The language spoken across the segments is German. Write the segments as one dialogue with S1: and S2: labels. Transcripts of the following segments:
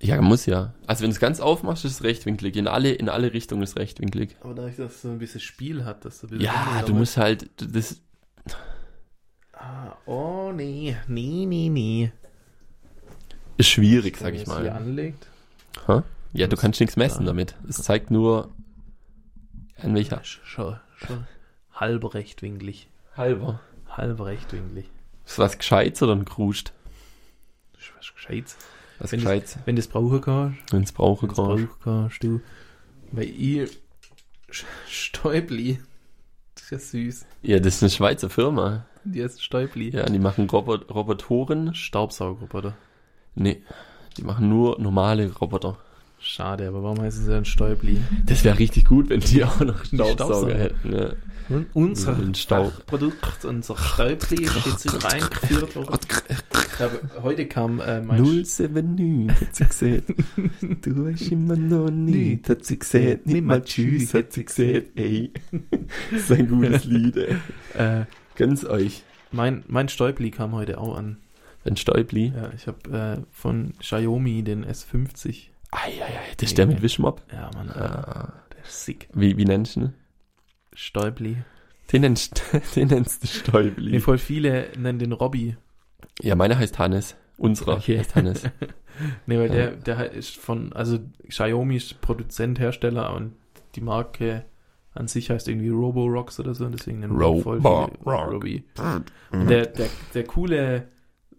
S1: Ja, muss ja. Also wenn du es ganz aufmachst, ist es rechtwinklig. In alle, in alle Richtungen ist es rechtwinklig.
S2: Aber dadurch, dass es so ein bisschen Spiel hat, dass du ein bisschen
S1: Ja,
S2: rumgelaufen
S1: du musst halt, das,
S2: Ah, oh nee, nee, nee, nee.
S1: Ist schwierig, sag
S2: Wenn
S1: ich
S2: man es Hier
S1: mal.
S2: anlegt.
S1: Hä? Ja, du kannst nichts messen
S2: Ja.
S1: damit. Es zeigt nur, an welcher
S2: Sch- Schon, schon halb rechtwinklig.
S1: halber.
S2: Halb rechtwinklig.
S1: Ist was Gescheites oder ein Kruscht?
S2: Das ist was Gescheites.
S1: Was
S2: Wenn
S1: Gescheites,
S2: Wenn du es brauchen kannst,
S1: wenn es brauche
S2: wenn du es brauchen kannst, du. Weil ich. Sch- Stäubli. Das ist ja süß.
S1: Ja, das ist eine Schweizer Firma.
S2: Die heißt Stäubli.
S1: Ja, die machen Robot Robotoren.
S2: Staubsaugerroboter.
S1: Nee, die machen nur normale Roboter.
S2: Schade, aber warum heißen sie dann Stäubli?
S1: Das wäre richtig gut, wenn die auch noch Staubsauger,
S2: Staubsauger.
S1: hätten. Ja.
S2: Und
S1: Ein
S2: unser
S1: Staub.
S2: Produkt, unser Stäubli, ist jetzt hier reingeführt worden. Ich glaube, heute kam äh, mein
S1: 079 hat sie gesehen. Du weißt immer noch nicht, hat sie gesehen. Nicht mal Tschüss hat sie gesehen. Ey, das ist ein gutes Lied, ey.
S2: äh,
S1: Gönn's euch.
S2: Mein, mein Stäubli kam heute auch an.
S1: Ein Stäubli.
S2: Ja, ich habe äh, von Xiaomi den S50.
S1: Eieiei, das ist der mit Wischmopp.
S2: Ja, Mann, Alter,
S1: Ah,
S2: der ist sick.
S1: wie, wie nennst du ihn?
S2: Stäubli.
S1: Den nennst, den nennst du
S2: Nee,
S1: Stäubli.
S2: voll viele nennen den Robby.
S1: Ja, meiner heißt Hannes. Unserer
S2: Okay.
S1: heißt Hannes.
S2: Nee, weil
S1: Ja.
S2: der, der halt ist von, also Xiaomi ist Produzent, Hersteller und die Marke an sich heißt irgendwie Roborocks oder so und deswegen nennen wir voll viele
S1: Roborock.
S2: Robby.
S1: Mhm.
S2: Und Der, der, der coole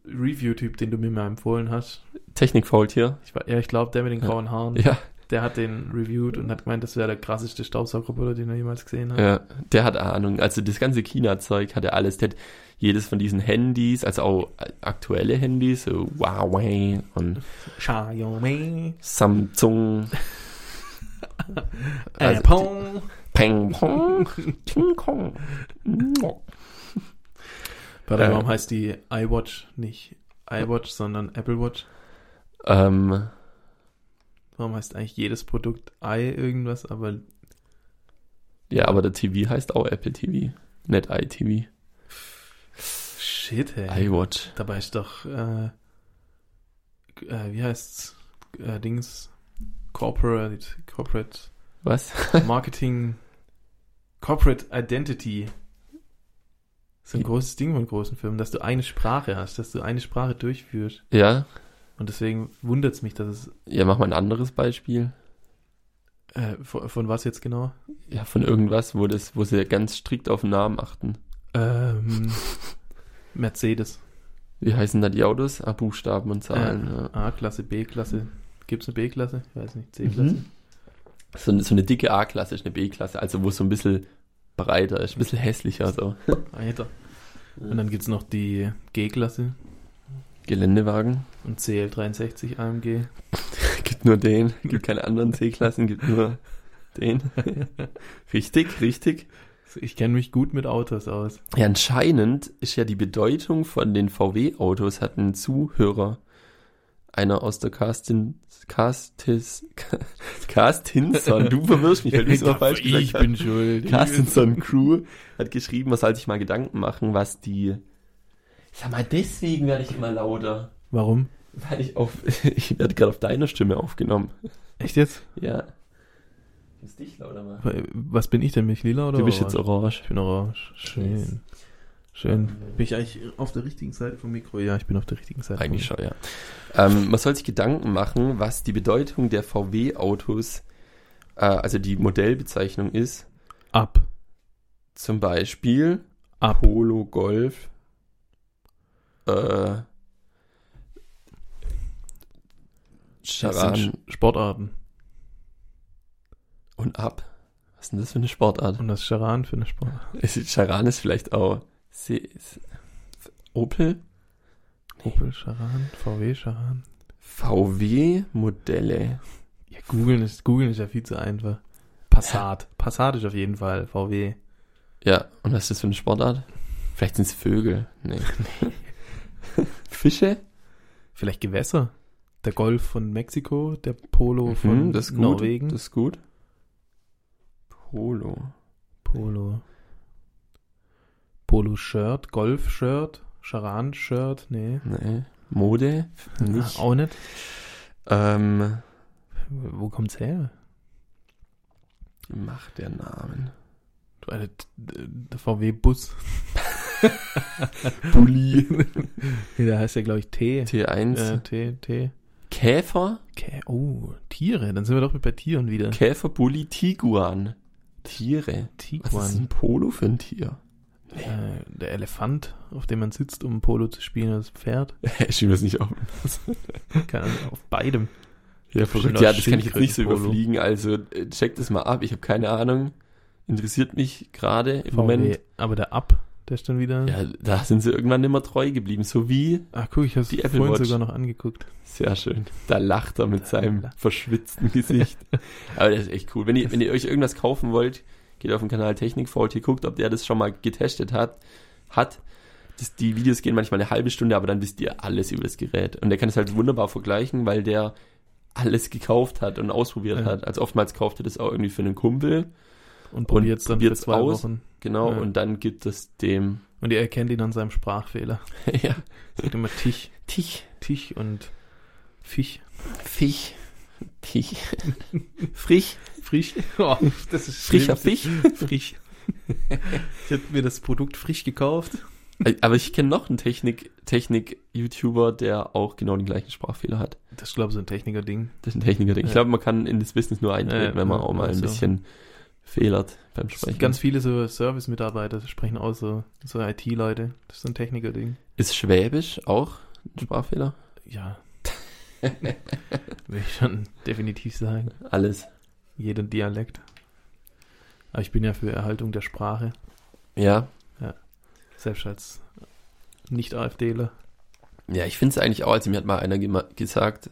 S2: Review-Typ, den du mir mal empfohlen hast,
S1: Technikfault hier.
S2: ich, war- ja, ich glaube, der mit den
S1: Ja.
S2: grauen Haaren,
S1: Ja,
S2: der hat den reviewed und hat gemeint, das wäre der krasseste Staubsaugerroboter, den er jemals gesehen hat.
S1: ja, der hat Ahnung. Also das ganze China-Zeug hat er alles. Der hat jedes von diesen Handys, also auch aktuelle Handys, so Huawei und
S2: Xiaomi,
S1: Samsung. Also,
S2: Apple.
S1: Peng Pong, Ping Kong.
S2: Warte,
S1: Äh.
S2: warum heißt die iWatch nicht iWatch, sondern Apple Watch?
S1: Ähm,
S2: Warum heißt eigentlich jedes Produkt i irgendwas, aber
S1: ja, aber der TV heißt auch Apple TV, nicht iTV.
S2: shit, hey.
S1: iWatch.
S2: Dabei ist doch, äh, äh, wie heißt's? Äh, Dings, Corporate, Corporate
S1: Was?
S2: Marketing, Corporate Identity. Das ist ein großes Ding von großen Firmen, dass du eine Sprache hast, dass du eine Sprache durchführst.
S1: Ja,
S2: Und deswegen wundert es mich, dass es.
S1: ja, mach mal ein anderes Beispiel.
S2: Äh, von, von was jetzt genau?
S1: Ja, von irgendwas, wo, das, wo sie ganz strikt auf den Namen achten.
S2: Ähm, Mercedes.
S1: Wie heißen da die Autos? Ah, Buchstaben und Zahlen. Ja.
S2: A-Klasse, B-Klasse. Gibt es eine B-Klasse? Ich weiß nicht. C-Klasse.
S1: Mhm. So, eine- so eine dicke A-Klasse ist eine B-Klasse, also wo es so ein bisschen breiter ist, ein bisschen hässlicher. So.
S2: Alter. Ah, Und dann gibt es noch die G-Klasse
S1: Geländewagen.
S2: und CL63 AMG.
S1: Gibt nur den. Gibt keine anderen C-Klassen, gibt nur den. richtig, richtig.
S2: Ich kenne mich gut mit Autos aus.
S1: Ja, anscheinend ist ja die Bedeutung von den VW-Autos, hat ein Zuhörer, einer aus der Castin, Castis, Castinson, du verwirrst mich, weil du es immer falsch gesagt
S2: ich
S1: hast.
S2: bin schuld.
S1: Carstenson Crew hat geschrieben, man soll sich mal Gedanken machen, was die. Sag mal, deswegen werde ich immer lauter.
S2: Warum?
S1: Weil ich auf. ich werde gerade auf deiner Stimme aufgenommen.
S2: Echt jetzt?
S1: Ja. Ich muss dich lauter machen.
S2: äh, Was bin ich denn? Bin ich lila oder
S1: Du bist jetzt orange.
S2: orange? Ich bin orange. Schön.
S1: Yes.
S2: Schön. Bin ich eigentlich auf der richtigen Seite vom Mikro? Ja, ich bin auf der richtigen Seite.
S1: Eigentlich schon, ja. Ähm, man soll sich Gedanken machen, was die Bedeutung der VW-Autos, äh, also die Modellbezeichnung ist.
S2: Ab.
S1: Zum Beispiel
S2: Ab.
S1: Polo Golf. Äh.
S2: Das
S1: Charan
S2: sind Sch- Sportarten.
S1: Und ab. Was ist denn das für eine Sportart?
S2: Und das Charan für eine Sportart.
S1: Ist Charan ist vielleicht auch Se ist Opel? Nee.
S2: Opel Charan, VW Charan.
S1: VW-Modelle.
S2: Ja, googeln ist, googeln ist ja viel zu einfach. Passat. Passat ist auf jeden Fall VW.
S1: Ja, und was ist das für eine Sportart? Vielleicht sind es Vögel. Nee. Fische?
S2: Vielleicht Gewässer. Der Golf von Mexiko, der Polo von
S1: Mhm, das ist gut.
S2: Norwegen.
S1: Das ist gut. Polo.
S2: Polo. Polo-Shirt, Golf-Shirt, Charan-Shirt, nee.
S1: Nee. Mode? Nicht.
S2: auch Ah, nicht.
S1: Ähm,
S2: Wo kommt's her?
S1: Macht der Namen.
S2: Du, Alter, d- d- der VW-Bus.
S1: Bulli.
S2: Nee, der heißt ja, glaube ich, T.
S1: T1.
S2: Äh, T, T.
S1: Käfer?
S2: Okay. Oh, Tiere. Dann sind wir doch bei Tieren wieder.
S1: Käfer, Bulli, Tiguan. Tiere. Was ist ein Polo für ein Tier?
S2: Äh, der Elefant, auf dem man sitzt, um Polo zu spielen, das Pferd.
S1: Schien das nicht auf.
S2: Keine Ahnung, auf beidem.
S1: Ja,
S2: Bestimmt
S1: verrückt. Ja,
S2: aus
S1: das kann ich jetzt nicht so
S2: Schildkrötenpolo.
S1: überfliegen. Also äh, checkt das mal ab. Ich habe keine Ahnung. Interessiert mich gerade im Moment.
S2: VW. Aber der Ab, der ist dann wieder.
S1: Ja, da sind sie irgendwann immer treu geblieben. So wie,
S2: Ach, guck, ich habe es
S1: Die
S2: vorhin
S1: Apple Watch.
S2: sogar noch angeguckt.
S1: sehr schön. Da lacht er mit seinem
S2: lacht-
S1: verschwitzten Gesicht. Aber das ist echt cool. Wenn ihr, wenn ihr euch irgendwas kaufen wollt, geht auf den Kanal Technik VLT, guckt, ob der das schon mal getestet hat. hat. Das, die Videos gehen manchmal eine halbe Stunde, aber dann wisst ihr alles über das Gerät. Und der kann es halt wunderbar vergleichen, weil der alles gekauft hat und ausprobiert
S2: Ja.
S1: hat. Also oftmals kauft er das auch irgendwie für einen Kumpel.
S2: Und probiert es dann für
S1: probiert's
S2: zwei
S1: aus.
S2: Wochen.
S1: Genau,
S2: Ja.
S1: und dann gibt es dem
S2: Und ihr erkennt ihn an seinem Sprachfehler.
S1: ja,
S2: Sagt immer Tich,
S1: Tich,
S2: Tich und Fisch.
S1: Fisch, Tich, Frisch,
S2: Frisch. Oh, das ist
S1: frischer
S2: schlimm.
S1: Fisch.
S2: Frisch. Ich habe mir das Produkt frisch gekauft.
S1: Äh, Aber ich kenne noch einen Technik- Technik-YouTuber, der auch genau den gleichen Sprachfehler hat.
S2: Das ist, glaube ich, so ein Techniker-Ding.
S1: Das ist ein Techniker-Ding. Ich
S2: Ja.
S1: glaube, man kann in das Business nur
S2: Ja,
S1: eintreten, wenn man
S2: ja,
S1: auch mal ein
S2: so.
S1: bisschen fehlert beim
S2: Es gibt
S1: Sprechen.
S2: Ganz viele so Service-Mitarbeiter sprechen auch so, so IT-Leute. Das ist so ein Techniker-Ding.
S1: ist Schwäbisch auch ein Sprachfehler?
S2: Ja. Will ich schon definitiv sagen.
S1: Alles.
S2: Jeder Dialekt. Aber ich bin ja für Erhaltung der Sprache.
S1: Ja.
S2: Selbst als Nicht-AfDler.
S1: Ja, ich finde es eigentlich auch, also mir hat mal einer gema- gesagt,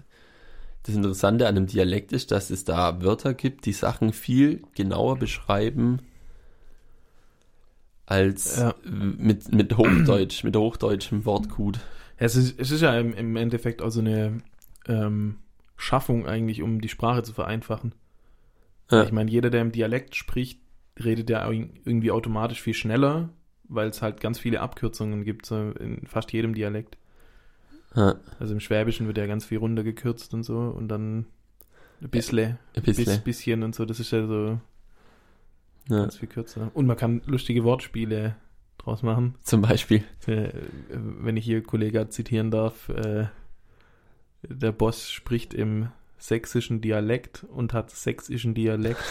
S1: das Interessante an einem Dialekt ist, dass es da Wörter gibt, die Sachen viel genauer beschreiben als
S2: Ja.
S1: w- mit, mit Hochdeutsch, mit hochdeutschem Wortgut.
S2: Ja, es, ist, es ist ja im, im Endeffekt auch so eine ähm, Schaffung eigentlich, um die Sprache zu vereinfachen.
S1: Ja.
S2: Ich meine, jeder, der im Dialekt spricht, redet ja irg- irgendwie automatisch viel schneller, weil es halt ganz viele Abkürzungen gibt, so in fast jedem Dialekt.
S1: Ja,
S2: Also im Schwäbischen wird ja ganz viel runtergekürzt und so und dann ein bisschen,
S1: ein
S2: bis,
S1: bisschen.
S2: bisschen und so, das ist ja so
S1: Ja.
S2: ganz viel kürzer. Und man kann lustige Wortspiele draus machen.
S1: Zum Beispiel.
S2: Äh, wenn ich hier Kollega zitieren darf, äh, der Boss spricht im sächsischen Dialekt und hat sächsischen Dialekt.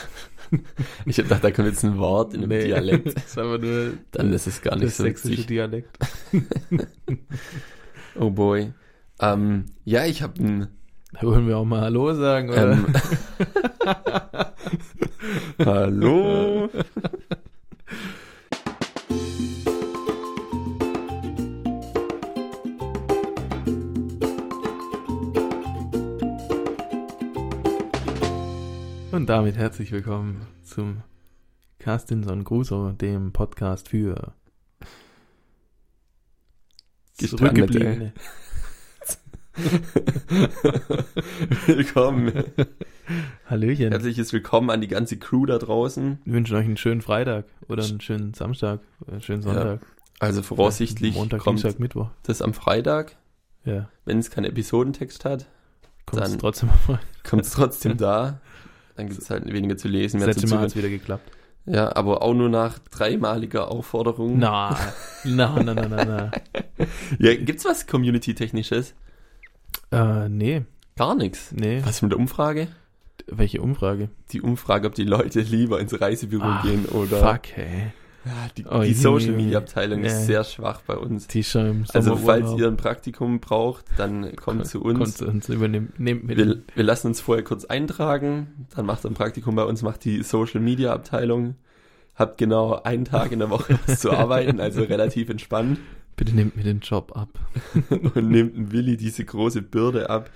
S1: Ich hab gedacht, da kommt jetzt ein Wort in einem
S2: Nee,
S1: Dialekt.
S2: das ist aber nur
S1: Dann ist es gar nicht
S2: das
S1: so
S2: sächsische
S1: witzig.
S2: Dialekt.
S1: Oh boy. Ähm, ja, ich habe ein
S2: Da wollen wir auch mal Hallo sagen, oder?
S1: Ähm. Hallo.
S2: Und damit herzlich willkommen zum Castinson Crusoe, dem Podcast für
S1: Gestrandete.
S2: Zurückgebliebene.
S1: Willkommen.
S2: Hallöchen.
S1: Herzliches Willkommen an die ganze Crew da draußen.
S2: Wir wünschen euch einen schönen Freitag oder einen schönen Samstag, oder einen schönen Sonntag.
S1: Also voraussichtlich
S2: Montag,
S1: kommt
S2: Dienstag, Mittwoch.
S1: das am Freitag.
S2: Ja.
S1: Wenn es keinen Episodentext hat,
S2: Kommt es
S1: Dann-
S2: trotzdem mal vor.
S1: kommt es trotzdem da. Dann gibt es halt weniger zu lesen,
S2: Das
S1: mehr zu
S2: letzte Mal hat
S1: zuhören.
S2: es wieder geklappt.
S1: Ja, aber auch nur nach dreimaliger Aufforderung.
S2: Na, na, na, na, na,
S1: Ja, gibt's was Community-Technisches?
S2: na. äh, nee,
S1: Gar nichts.
S2: nee.
S1: Was mit der Umfrage?
S2: Welche Umfrage?
S1: Die Umfrage, ob die Leute lieber ins Reisebüro
S2: Ach,
S1: gehen oder.
S2: Fuck, ey.
S1: Ja, die,
S2: Oh,
S1: die
S2: Junge,
S1: Social
S2: Junge.
S1: Media Abteilung
S2: Nee.
S1: ist sehr schwach bei uns.
S2: Die ist schon im
S1: Also
S2: Sommerurlaub.
S1: falls ihr ein Praktikum braucht, dann kommt zu uns.
S2: Kommt zu uns, übernimmt, nehmt mit.
S1: Wir, wir lassen uns vorher kurz eintragen, dann macht ihr ein Praktikum bei uns, macht die Social Media Abteilung, habt genau einen Tag in der Woche was zu arbeiten, also relativ entspannt
S2: Bitte nehmt mir den Job ab.
S1: und nehmt dem Willi diese große Bürde ab,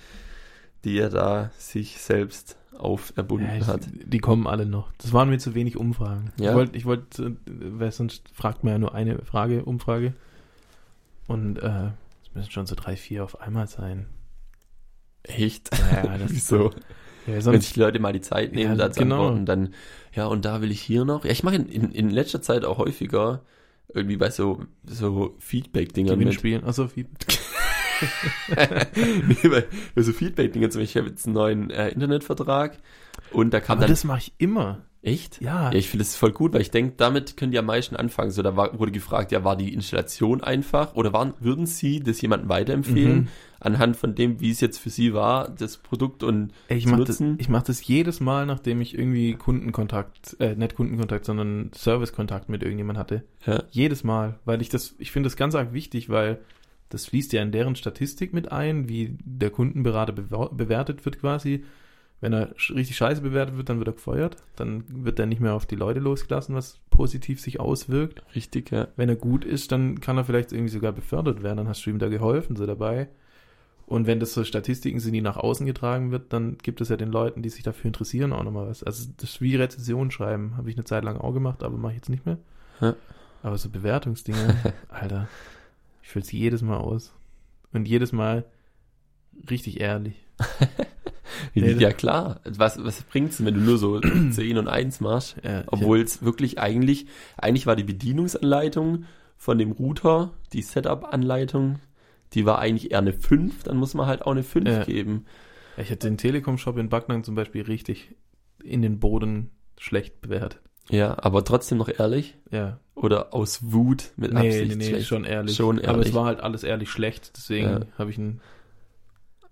S1: die er da sich selbst auferbunden
S2: Ja, ich,
S1: hat.
S2: Die kommen alle noch. Das waren mir zu wenig Umfragen.
S1: Ja.
S2: Ich wollte, ich wollt, äh, weil sonst fragt man ja nur eine Frage, Umfrage. Und äh, es müssen schon so drei, vier auf einmal sein.
S1: Echt?
S2: Ja, das-
S1: Wieso?
S2: Ja,
S1: Wenn
S2: sonst,
S1: sich die Leute mal die Zeit nehmen,
S2: Ja,
S1: da zu
S2: genau.
S1: antworten, dann, ja, und da will ich hier noch. Ja, ich mache in, in, in letzter Zeit auch häufiger irgendwie bei so, so Feedback-Dingern mit.
S2: Gewinnspielen. Achso, Also, wie.
S1: nee, weil, weil so Feedback-Dinge, zum Beispiel, ich habe jetzt einen neuen äh, Internetvertrag und da kam
S2: Aber
S1: dann.
S2: das mache ich immer.
S1: echt?
S2: Ja.
S1: Ja, ich finde es voll gut, weil ich denke, damit können die am meisten anfangen. So, da war, wurde gefragt, ja, war die Installation einfach oder waren, würden Sie das jemandem weiterempfehlen,
S2: Mhm.
S1: anhand von dem, wie es jetzt für Sie war, das Produkt und
S2: Ey, ich
S1: zu
S2: mache das,
S1: nutzen?
S2: ich mach das jedes Mal, nachdem ich irgendwie Kundenkontakt, äh, nicht Kundenkontakt, sondern Servicekontakt mit irgendjemand hatte.
S1: Ja.
S2: Jedes Mal, weil ich das, ich finde das ganz arg wichtig, weil das fließt ja in deren Statistik mit ein, wie der Kundenberater bewau- bewertet wird quasi. Wenn er sch- richtig scheiße bewertet wird, dann wird er gefeuert. Dann wird er nicht mehr auf die Leute losgelassen, was positiv sich auswirkt.
S1: richtig, ja.
S2: Wenn er gut ist, dann kann er vielleicht irgendwie sogar befördert werden. Dann hast du ihm da geholfen, so dabei. Und wenn das so Statistiken sind, die nach außen getragen wird, dann gibt es ja den Leuten, die sich dafür interessieren, auch nochmal was. Also das ist wie Rezension schreiben. Habe ich eine Zeit lang auch gemacht, aber mache ich jetzt nicht mehr.
S1: Ja.
S2: Aber so Bewertungsdinge, Alter, ich fülle es jedes Mal aus. Und jedes Mal richtig ehrlich. Nee,
S1: ja, klar. Was, was bringt's denn, wenn du nur so 10 und 1 machst?
S2: Äh, ich-
S1: Obwohl es wirklich eigentlich, eigentlich war die Bedienungsanleitung von dem Router, die Setup-Anleitung, die war eigentlich eher eine 5, dann muss man halt auch eine 5
S2: Ja.
S1: geben.
S2: Ich hatte den Telekom-Shop in Backnang zum Beispiel richtig in den Boden schlecht bewertet.
S1: Ja, aber trotzdem noch ehrlich.
S2: Ja,
S1: Oder aus Wut mit
S2: Nee,
S1: Absicht
S2: nee, nee,
S1: schlecht.
S2: schon ehrlich.
S1: Schon
S2: Aber
S1: ehrlich.
S2: es war halt alles ehrlich schlecht, deswegen
S1: Ja.
S2: habe ich einen.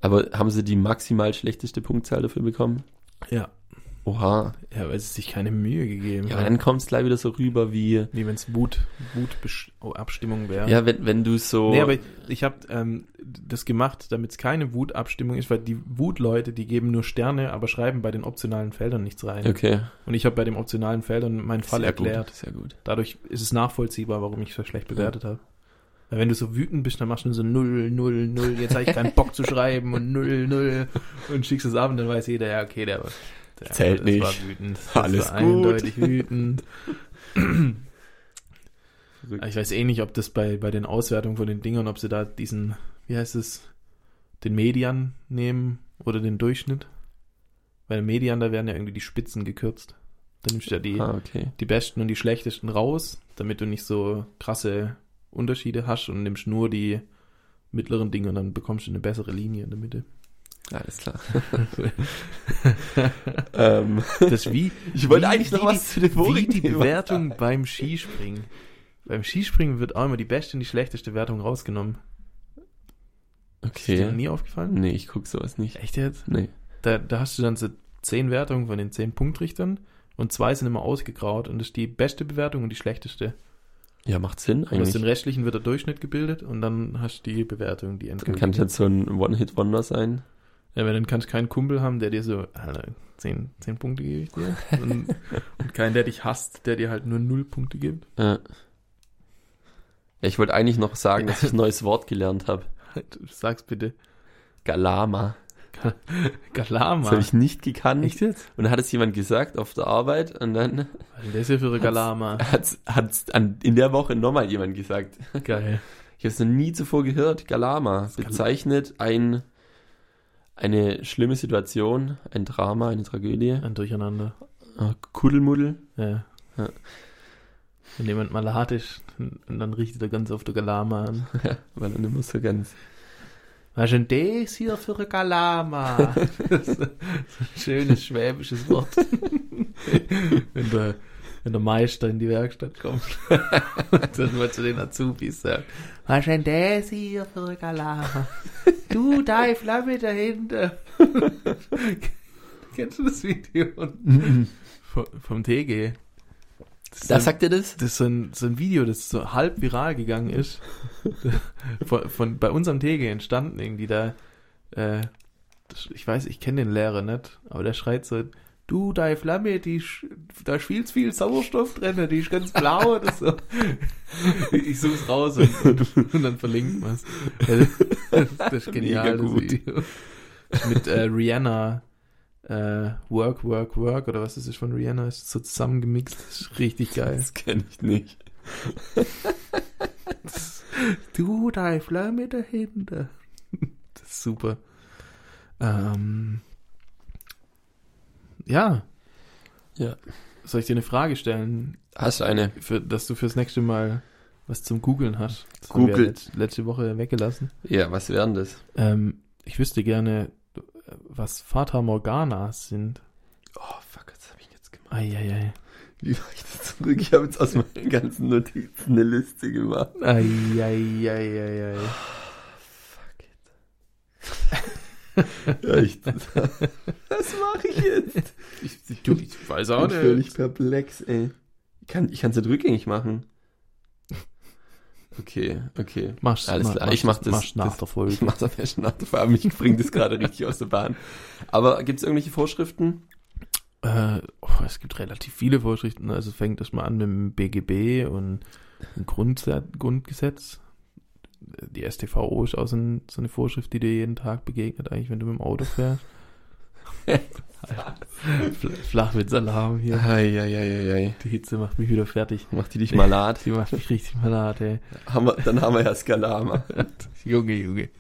S1: Aber haben sie die maximal schlechteste Punktzahl dafür bekommen?
S2: Ja.
S1: Oha.
S2: Ja, weil es sich keine Mühe gegeben
S1: Ja, aber
S2: hat.
S1: dann kommst gleich wieder so rüber wie,
S2: Wie wenn es Wut, Wutabstimmung wäre.
S1: ja, wenn, wenn du so,
S2: Nee, aber ich, ich habe ähm, das gemacht, damit es keine Wutabstimmung ist, weil die Wutleute, die geben nur Sterne, aber schreiben bei den optionalen Feldern nichts rein.
S1: okay.
S2: Und ich habe bei den optionalen Feldern meinen Fall
S1: Sehr
S2: erklärt.
S1: Gut, sehr gut.
S2: Dadurch ist es nachvollziehbar, warum ich so schlecht bewertet habe. Weil wenn du so wütend bist, dann machst du nur so null, null, null, jetzt habe ich keinen Bock zu schreiben und null, null und schickst es ab und dann weiß jeder, ja, okay, der, der
S1: Zählt
S2: das
S1: nicht.
S2: war wütend. Das
S1: Alles
S2: war
S1: gut.
S2: eindeutig wütend. Aber Ich weiß eh nicht, ob das bei, bei den Auswertungen von den Dingern, ob sie da diesen, wie heißt es, den Median nehmen oder den Durchschnitt. Weil Median, da werden ja irgendwie die Spitzen gekürzt. Dann nimmst du ja die,
S1: Ah, okay.
S2: die besten und die schlechtesten raus, damit du nicht so krasse Unterschiede hast und nimmst nur die mittleren Dinge und dann bekommst du eine bessere Linie in der Mitte.
S1: Alles klar. ähm,
S2: Das wie
S1: ich wollte
S2: wie
S1: eigentlich noch
S2: die-
S1: was zu dem
S2: wie
S1: vorigen
S2: die
S1: Thema
S2: Bewertung beim Skispringen. Beim Skispringen wird auch immer die beste und die schlechteste Wertung rausgenommen.
S1: Ah,
S2: Ist dir noch
S1: Okay.
S2: nie aufgefallen?
S1: Nee, ich guck sowas nicht.
S2: Echt jetzt?
S1: Nee.
S2: Da, da hast du dann so zehn Wertungen von den zehn Punktrichtern und zwei sind immer ausgegraut und das ist die beste Bewertung und die schlechteste.
S1: Ja, macht Sinn
S2: Und aus den
S1: eigentlich.
S2: restlichen wird der Durchschnitt gebildet und dann hast du die Bewertung, die
S1: Dann
S2: endgültig
S1: kann jetzt so ein One-Hit-Wonder sein.
S2: Ja, aber dann kannst du keinen Kumpel haben, der dir so, Alter, 10, 10 Punkte gebe ich dir. Und, und keinen, der dich hasst, der dir halt nur 0 Punkte gibt.
S1: Ja. Ja, ich wollte eigentlich noch sagen, dass ich ein neues Wort gelernt habe.
S2: Sag's Halt, bitte.
S1: Galama. Das
S2: Galama.
S1: habe ich nicht gekannt.
S2: jetzt?
S1: Und dann hat es jemand gesagt auf der Arbeit und dann
S2: Was ist denn das hier für eine Galama?
S1: hat's, hat's an, in der Woche nochmal jemand gesagt.
S2: Geil.
S1: Ich habe es noch nie zuvor gehört. Galama bezeichnet ein, eine schlimme Situation, ein Drama, eine Tragödie.
S2: Ein Durcheinander.
S1: Äh, Kuddelmuddel.
S2: Ja.
S1: Ja.
S2: Wenn jemand malat ist, und dann richtet er ganz auf der Galama an.
S1: Ja, weil dann immer so ganz.
S2: Was ist denn das hier für eine Galama? das ist ein schönes schwäbisches Wort. wenn, der, wenn der Meister in die Werkstatt kommt und dann mal zu den Azubis sagt, was ist denn das hier für eine Galama? Du, deine Flamme dahinter. Kennst du das Video? Vom, vom TG. Mhm. Das
S1: Da
S2: ist-
S1: sagt ihr das?
S2: das ist so ein, so ein Video, das so halb viral gegangen ist. von, von, bei unserem Tege entstanden irgendwie da. Äh, das, ich weiß, ich kenne den Lehrer nicht, aber der schreit so: Du, deine Flamme, die, sch- da ist viel zu viel Sauerstoff drin, die ist ganz blau oder so. ich such's raus und, und, und dann verlinkt man's. Das, das ist genial,
S1: Mega
S2: das
S1: gut.
S2: Video. Mit äh, Rihanna. Äh, work, work, work, oder was ist das von Rihanna? Ist so zusammengemixt, das ist richtig geil.
S1: Das kenne ich nicht.
S2: Du, da Flamme dahinter. Das ist super. Ähm, ja.
S1: Ja.
S2: Soll ich dir eine Frage stellen,
S1: Hast eine?
S2: für, dass du fürs nächste Mal was zum Googeln hast. Das haben
S1: Googelt.
S2: wir let- letzte Woche weggelassen.
S1: Ja, was wären das?
S2: Ähm, ich wüsste gerne, was Fata Morganas sind.
S1: Oh, fuck, was habe ich jetzt gemacht?
S2: Eieiei.
S1: Wie mache ich das zurück? Ich habe jetzt aus meinen ganzen Notizen eine Liste gemacht.
S2: Eieieiei.
S1: Fuck it. Echt? was mache ich jetzt?
S2: Ich, du, ich weiß
S1: Ich bin völlig perplex, ey. Ich kann es nicht rückgängig machen. Okay, okay.
S2: Mach's,
S1: Alles klar,
S2: mach,
S1: ich mach das-
S2: Mach's nach
S1: das-
S2: der Folge.
S1: Ich mach's am besten nach der Farbe, mich bringt das gerade richtig aus der Bahn. Aber gibt's irgendwelche Vorschriften?
S2: Äh, oh, es gibt relativ viele Vorschriften. Also fängt erstmal an mit dem BGB und dem Grundse- Grundgesetz. Die STVO ist auch so, ein, so eine Vorschrift, die dir jeden Tag begegnet, eigentlich, wenn du mit dem Auto fährst. Fl- Flachwitzalarm hier.
S1: Eieieiei.
S2: Die Hitze macht mich wieder fertig.
S1: Macht die dich malat?
S2: Die macht mich richtig malat, ey.
S1: haben wir, dann haben wir ja Skalama.
S2: Junge, Junge.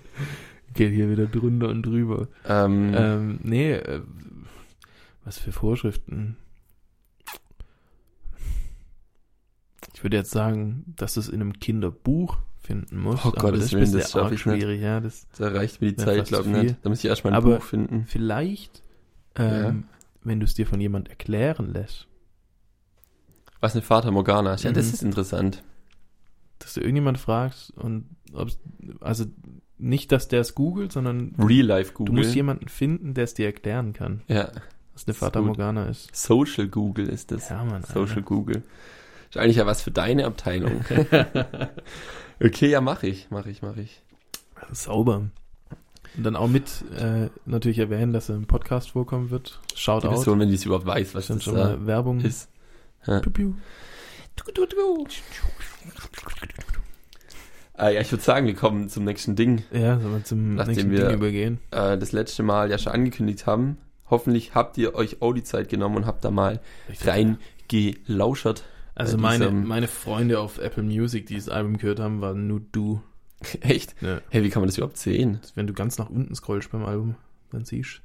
S2: Geht hier wieder drunter und drüber.
S1: ähm,
S2: Ähm, nee, äh, was für Vorschriften? Ich würde jetzt sagen, dass du es in einem Kinderbuch finden musst.
S1: Oh
S2: aber
S1: Gottes
S2: das
S1: Willen,
S2: ist
S1: das
S2: ja
S1: schaff
S2: arg
S1: ich nicht.
S2: schwierig, ja. Das
S1: da reicht mir die
S2: ja,
S1: Zeit,
S2: fast
S1: glaube
S2: viel.
S1: nicht. Da muss ich erstmal ein
S2: Aber-
S1: Buch finden.
S2: vielleicht, ähm, wenn du es dir von jemand erklären lässt,
S1: Was eine Fata Morgana ist. Ja, das
S2: Mhm.
S1: ist interessant.
S2: dass du irgendjemand fragst und ob's, also nicht, dass der es googelt, sondern
S1: Real Life
S2: du
S1: Google.
S2: musst jemanden finden, der es dir erklären kann,
S1: ja,
S2: was eine
S1: Ist
S2: Fata
S1: gut.
S2: Morgana ist.
S1: Social Google ist das.
S2: Ah, Ja, Mann. Alter.
S1: Social Google. Ist eigentlich ja was für deine Abteilung. okay, ja, mache ich, mache ich, mache ich.
S2: Sauber. Und dann auch mit äh, natürlich erwähnen, dass er im Podcast vorkommen wird. Shout
S1: Die
S2: out.
S1: Person, wenn die es überhaupt weiß, was
S2: das sind
S1: das
S2: schon
S1: da
S2: mal Werbung.
S1: ist. Ja.
S2: Piu, piu.
S1: Ah, ja, ich würde sagen, wir kommen zum nächsten Ding.
S2: Ja, sollen wir zum
S1: Nachdem
S2: nächsten
S1: wir-
S2: Ding übergehen.
S1: Äh, das letzte Mal ja schon angekündigt haben. Hoffentlich habt ihr euch auch die Zeit genommen und habt da mal reingelauschert.
S2: Also
S1: bei
S2: meine,
S1: diesem-
S2: meine Freunde auf Apple Music, die das Album gehört haben, waren nur du.
S1: Echt?
S2: Ja.
S1: Hey, wie kann man das überhaupt sehen?
S2: Wenn du ganz nach unten scrollst beim Album, dann siehst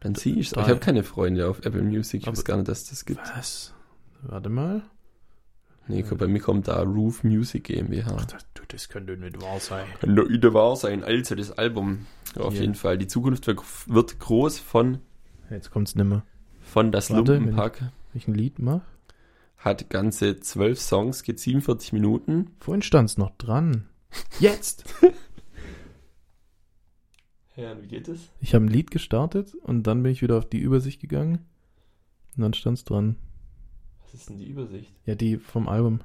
S1: Dann sehe ich's. Aber
S2: Drei.
S1: ich habe keine Freunde auf Apple Music. Ich
S2: Aber-
S1: weiß gar nicht, dass das
S2: du.
S1: gibt.
S2: Was? Warte mal.
S1: Nee, guck, bei mir kommt da Roof Music GmbH.
S2: Das, du, das könnte nicht wahr sein.
S1: Kann doch wieder wahr sein. Also, das Album. Ja, auf
S2: Ja.
S1: jeden Fall. Die Zukunft wird- wird groß von,
S2: Jetzt kommt's nimmer.
S1: von Das
S2: Warte, wenn-
S1: Lumpenpack.
S2: Wenn ich ein Lied mache.
S1: Hat ganze zwölf Songs, geht 47 Minuten.
S2: Vorhin stand's noch dran. Jetzt!
S1: Ja, und wie geht es?
S2: Ich habe ein Lied gestartet und dann bin ich wieder auf die Übersicht gegangen. Und dann stand's dran.
S1: Was ist denn die Übersicht?
S2: Ja, die vom Album.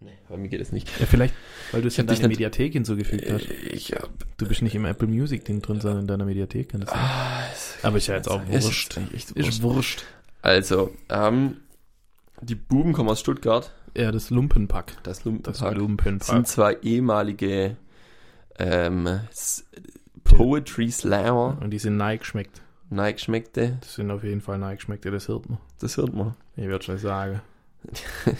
S1: Nee, bei mir geht es nicht.
S2: Ja, vielleicht, weil du es
S1: Ich hab
S2: in
S1: dich
S2: deine
S1: nicht-
S2: Mediathek hinzugefügt hast.
S1: Äh, Ich hab.
S2: Du bist nicht im Apple Music Ding drin, sondern in deiner Mediathek. Kann das sein?
S1: Ah, es-
S2: Aber ist ja jetzt auch
S1: Ist
S2: wurscht.
S1: eigentlich Echt wurscht.
S2: Ist wurscht.
S1: Also, ähm, die Buben kommen aus Stuttgart.
S2: Ja, das Lumpenpack.
S1: Das
S2: Das
S1: Lumpenpack. sind
S2: Lumpenpack.
S1: zwei ehemalige ähm, S- Poetry Slammer.
S2: Und die sind Nike schmeckt.
S1: Nike schmeckte.
S2: Das sind auf jeden Fall Nike schmeckt. Ja, das hört man.
S1: Das hört man.
S2: Ich würde schon sagen.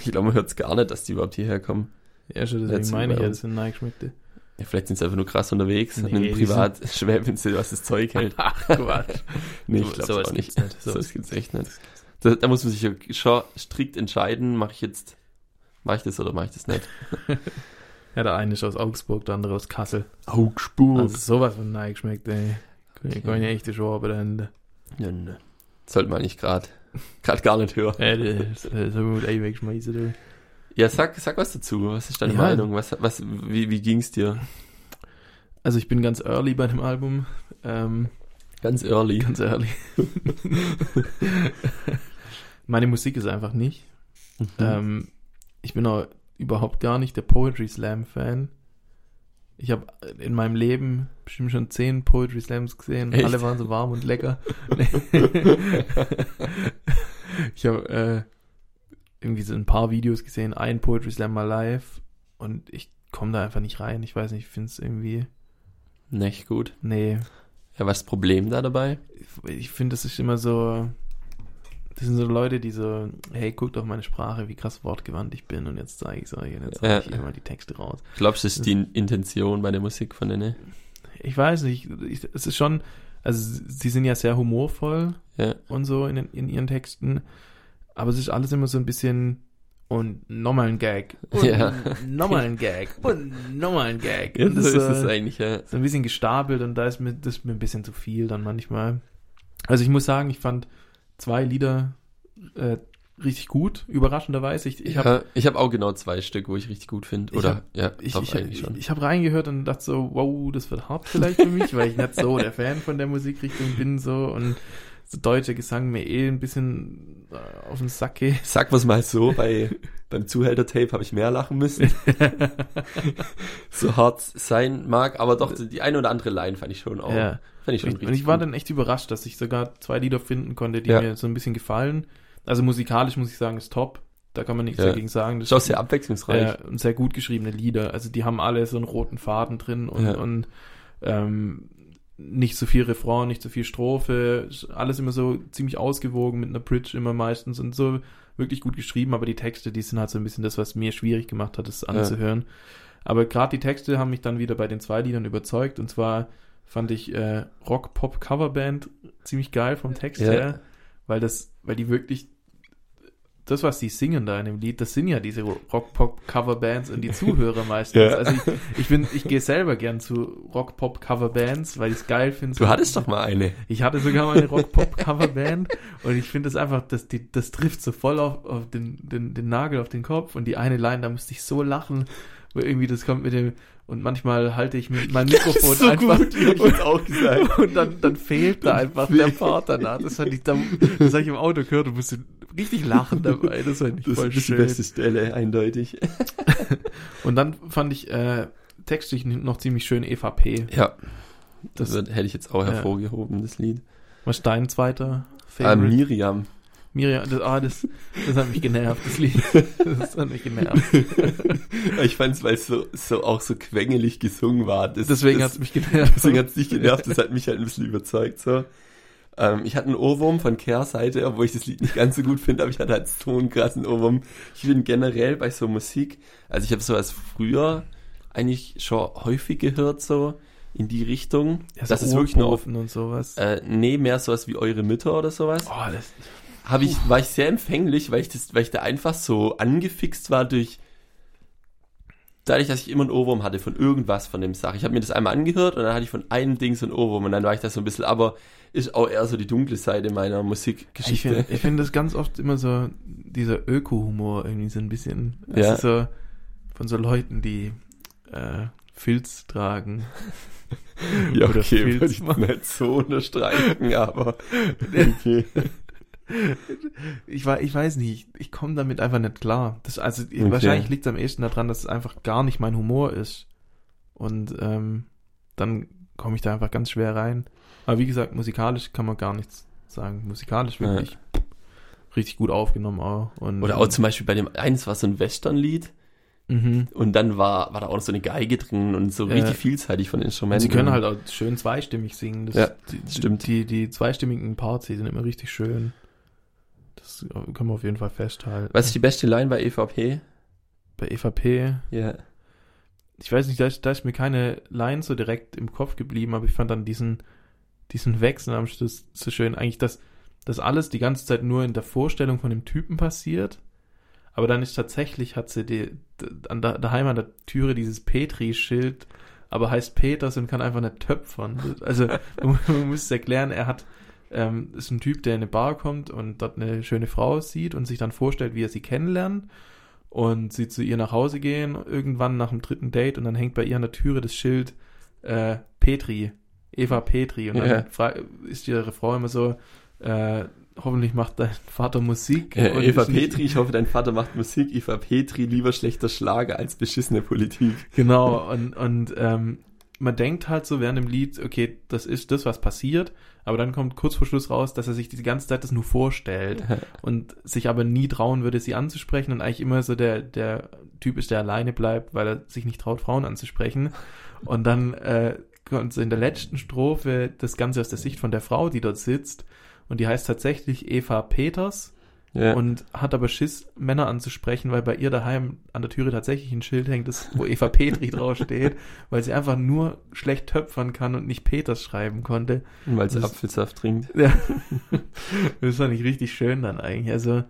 S1: Ich glaube, man hört es gar nicht, dass die überhaupt hierher kommen.
S2: Ja, schon
S1: Jetzt
S2: deswegen
S1: sind
S2: meine ich
S1: wir
S2: ja,
S1: uns.
S2: das sind Nike schmeckte.
S1: Ja, vielleicht sind sie einfach nur krass unterwegs und
S2: Nee,
S1: in
S2: die
S1: privat Schwerpinsel, was das Zeug hält.
S2: Ach, Quatsch.
S1: Nee, ich
S2: So-
S1: glaube
S2: sowas
S1: es auch nicht.
S2: gibt's nicht.
S1: So,
S2: Sowas
S1: das gibt's echt nicht. Da, da muss man sich ja schon strikt entscheiden, mache ich jetzt, mache ich das oder mache ich das nicht.
S2: Ja, der eine ist aus Augsburg, der andere aus Kassel.
S1: Augsburg.
S2: Also sowas von Nike schmeckt, ey. Okay.
S1: Okay.
S2: Kann ja echte Schwabe dahinter.
S1: ja, ne. Sollte man nicht gerade, gerade gar nicht hören.
S2: Ja, das, das soll man mit Ei wegschmeißen, du.
S1: Ja, sag, sag was dazu. Was ist deine
S2: Ja.
S1: Meinung? Was, was, wie, wie ging's dir?
S2: Also ich bin ganz early bei dem Album. Ähm,
S1: Ganz early.
S2: ganz early. Meine Musik ist einfach nicht. Ähm, ich bin auch überhaupt gar nicht der Poetry Slam Fan. Ich habe in meinem Leben bestimmt schon zehn Poetry Slams gesehen.
S1: Echt?
S2: Alle waren so warm und lecker. ich habe äh, irgendwie so ein paar Videos gesehen, ein Poetry Slam mal live und ich komme da einfach nicht rein. Ich weiß nicht, ich finde es irgendwie.
S1: Nicht gut.
S2: Nee,
S1: Ja, was ist das Problem da dabei?
S2: ich finde, das ist immer so. Das sind so Leute, die so, hey, guckt auf meine Sprache, wie krass wortgewandt ich bin und jetzt zeige ich es euch und jetzt hau
S1: Ja.
S2: ich hier mal die Texte raus.
S1: Glaubst du, das ist die Intention bei der Musik von denen?
S2: Ich weiß nicht, ich, es ist schon, also sie sind ja sehr humorvoll
S1: Ja.
S2: und so in, den- in ihren Texten, aber es ist alles immer so ein bisschen und nochmal ein Gag. Und
S1: Ja.
S2: nochmal ein Gag. Und nochmal ein Gag.
S1: Ja,
S2: und
S1: so ist
S2: äh,
S1: es eigentlich, ja.
S2: so ein bisschen gestapelt und da ist mir das ist mir ein bisschen zu viel dann manchmal. Also ich muss sagen, ich fand zwei Lieder äh, richtig gut, überraschenderweise. Ich, ich
S1: Ich
S2: habe
S1: habe ich hab auch genau zwei Stück, wo ich richtig gut finde.
S2: Ich
S1: Oder,
S2: hab-
S1: ja,
S2: ich,
S1: doch,
S2: ich,
S1: eigentlich
S2: ich,
S1: schon.
S2: ich habe reingehört und dachte so, wow, das wird hart vielleicht für mich, weil ich nicht so der Fan von der Musikrichtung bin so und so deutscher Gesang mir eh ein bisschen äh, auf den Sack geht.
S1: Sag was mal so, bei, beim Zuhälter-Tape habe ich mehr lachen müssen. so hart sein mag, aber doch so die eine oder andere Line fand ich schon auch.
S2: Ja.
S1: Fand ich schon
S2: Und ich,
S1: richtig
S2: und ich war
S1: gut.
S2: dann echt überrascht, dass ich sogar zwei Lieder finden konnte, die
S1: Ja.
S2: mir so ein bisschen gefallen. Also musikalisch muss ich sagen, ist top. Da kann man nichts
S1: Ja.
S2: dagegen sagen. Das
S1: Ist auch sehr abwechslungsreich.
S2: Ja, und sehr gut geschriebene Lieder. Also die haben alle so einen roten Faden drin und,
S1: Ja.
S2: und ähm, nicht so viel Refrain, nicht so viel Strophe, alles immer so ziemlich ausgewogen mit einer Bridge immer meistens und so wirklich gut geschrieben, aber die Texte, die sind halt so ein bisschen das, was mir schwierig gemacht hat, das anzuhören. Aber gerade die Texte haben mich dann wieder bei den zwei Liedern überzeugt und zwar fand ich äh, Rock-Pop-Coverband ziemlich geil vom Text
S1: Ja.
S2: her, weil das, weil die wirklich das, was die singen da in dem Lied, das sind ja diese Rock-Pop-Coverbands und die Zuhörer meistens.
S1: Ja.
S2: Also ich, ich bin, ich gehe selber gern zu Rock-Pop-Coverbands, weil ich es geil finde.
S1: Du hattest doch mal eine.
S2: Ich hatte sogar mal eine Rock-Pop-Coverband und ich finde das einfach, das, die, das trifft so voll auf, auf den, den, den Nagel auf den Kopf und die eine Line, da musste ich so lachen, wo irgendwie das kommt mit dem, und manchmal halte ich mit meinem Mikrofon einfach und,
S1: auch gesagt.
S2: und dann, dann fehlt da einfach der Part danach. Das fand ich, da, das habe ich im Auto gehört und musste richtig lachen dabei. Das fand ich
S1: Das
S2: voll
S1: ist die
S2: schön.
S1: beste Stelle, eindeutig.
S2: Und dann fand ich äh, textlich noch ziemlich schön EVP.
S1: Ja, das,
S2: Das-
S1: wird, hätte ich jetzt auch
S2: Ja.
S1: hervorgehoben, das Lied.
S2: Was ist dein zweiter
S1: Ah,
S2: Favorite?
S1: Miriam.
S2: Miriam, das, ah, das, das hat mich genervt, das Lied. Das hat mich genervt.
S1: ich fand es, weil es so, so auch so quengelig gesungen war. Das,
S2: Deswegen
S1: das-
S2: hat es mich genervt.
S1: Deswegen hat's dich genervt, das hat mich halt ein bisschen überzeugt. So. Ähm, ich hatte einen Ohrwurm von Kehrseite, obwohl ich das Lied nicht ganz so gut finde, aber ich hatte halt so einen krassen Ohrwurm. Ich bin generell bei so Musik, also ich habe sowas früher eigentlich schon häufig gehört, so in die Richtung.
S2: Ja, so
S1: das ist wirklich nur auf.
S2: Ohrproben und sowas.
S1: Äh, nee, mehr sowas wie eure Mütter oder sowas.
S2: oh, das,
S1: Hab ich, war ich sehr empfänglich, weil ich, das, weil ich da einfach so angefixt war durch. Dadurch, dass ich immer einen Ohrwurm hatte von irgendwas von dem Sache. Ich habe mir das einmal angehört und dann hatte ich von einem Ding so einen Ohrwurm und dann war ich da so ein bisschen, aber ist auch eher so die dunkle Seite meiner
S2: ich
S1: Musikgeschichte.
S2: finde ich find das ganz oft immer so, dieser Öko-Humor irgendwie so ein bisschen. Also
S1: Ja.
S2: so von so Leuten, die äh, Filz tragen.
S1: ja,
S2: oder
S1: okay,
S2: Filz
S1: würde ich nicht so unterstreichen, aber okay.
S2: Ich, wei- ich weiß nicht, ich komme damit einfach nicht klar. Das, also
S1: Okay.
S2: wahrscheinlich liegt es am ehesten daran, dass es einfach gar nicht mein Humor ist. Und ähm, dann komme ich da einfach ganz schwer rein. Aber wie gesagt, musikalisch kann man gar nichts sagen. Musikalisch
S1: Ja.
S2: wirklich richtig gut aufgenommen auch. Und, ähm,
S1: Oder auch zum Beispiel bei dem eins war so ein Westernlied
S2: mhm.
S1: und dann war, war da auch noch so eine Geige drin und so
S2: Ja.
S1: richtig vielseitig von Instrumenten.
S2: Und sie können halt auch schön zweistimmig singen. Das,
S1: Ja,
S2: die,
S1: stimmt.
S2: Die, die zweistimmigen Parts, die sind immer richtig schön. Das kann man auf jeden Fall festhalten.
S1: Was ist die beste Line bei EVP?
S2: Bei E EVP
S1: Ja.
S2: ich weiß nicht, da ist, da ist mir keine Line so direkt im Kopf geblieben, aber ich fand dann diesen, diesen Wechsel am Schluss so schön. Eigentlich, dass das alles die ganze Zeit nur in der Vorstellung von dem Typen passiert. Aber dann ist tatsächlich, hat sie die, d- an da, daheim an der Türe dieses Petri-Schild, aber heißt Peters und kann einfach nicht töpfern. Also man, man muss es erklären, er hat, ähm, ist ein Typ, der in eine Bar kommt und dort eine schöne Frau sieht und sich dann vorstellt, wie er sie kennenlernt und sie zu ihr nach Hause gehen, irgendwann nach dem dritten Date und dann hängt bei ihr an der Türe das Schild äh, Petri, Eva Petri und dann
S1: Ja.
S2: fra- ist ihre Frau immer so, äh, hoffentlich macht dein Vater Musik.
S1: Äh,
S2: und
S1: Eva
S2: ist nicht-
S1: Petri, ich hoffe, dein Vater macht Musik. Eva Petri, lieber schlechter Schlager als beschissene Politik.
S2: Genau, und, und ähm, man denkt halt so während dem Lied, okay, das ist das, was passiert, aber dann kommt kurz vor Schluss raus, dass er sich die ganze Zeit das nur vorstellt und sich aber nie trauen würde, sie anzusprechen und eigentlich immer so der, der Typ ist, der alleine bleibt, weil er sich nicht traut, Frauen anzusprechen. Und dann äh, kommt so in der letzten Strophe das Ganze aus der Sicht von der Frau, die dort sitzt. Und die heißt tatsächlich Eva Peters
S1: Ja.
S2: und hat aber Schiss, Männer anzusprechen, weil bei ihr daheim an der Türe tatsächlich ein Schild hängt, das, wo Eva Petri draufsteht, weil sie einfach nur schlecht töpfern kann und nicht Peters schreiben konnte.
S1: Weil sie
S2: das-
S1: Apfelsaft trinkt.
S2: Ja. Das fand ich richtig schön dann eigentlich. Also,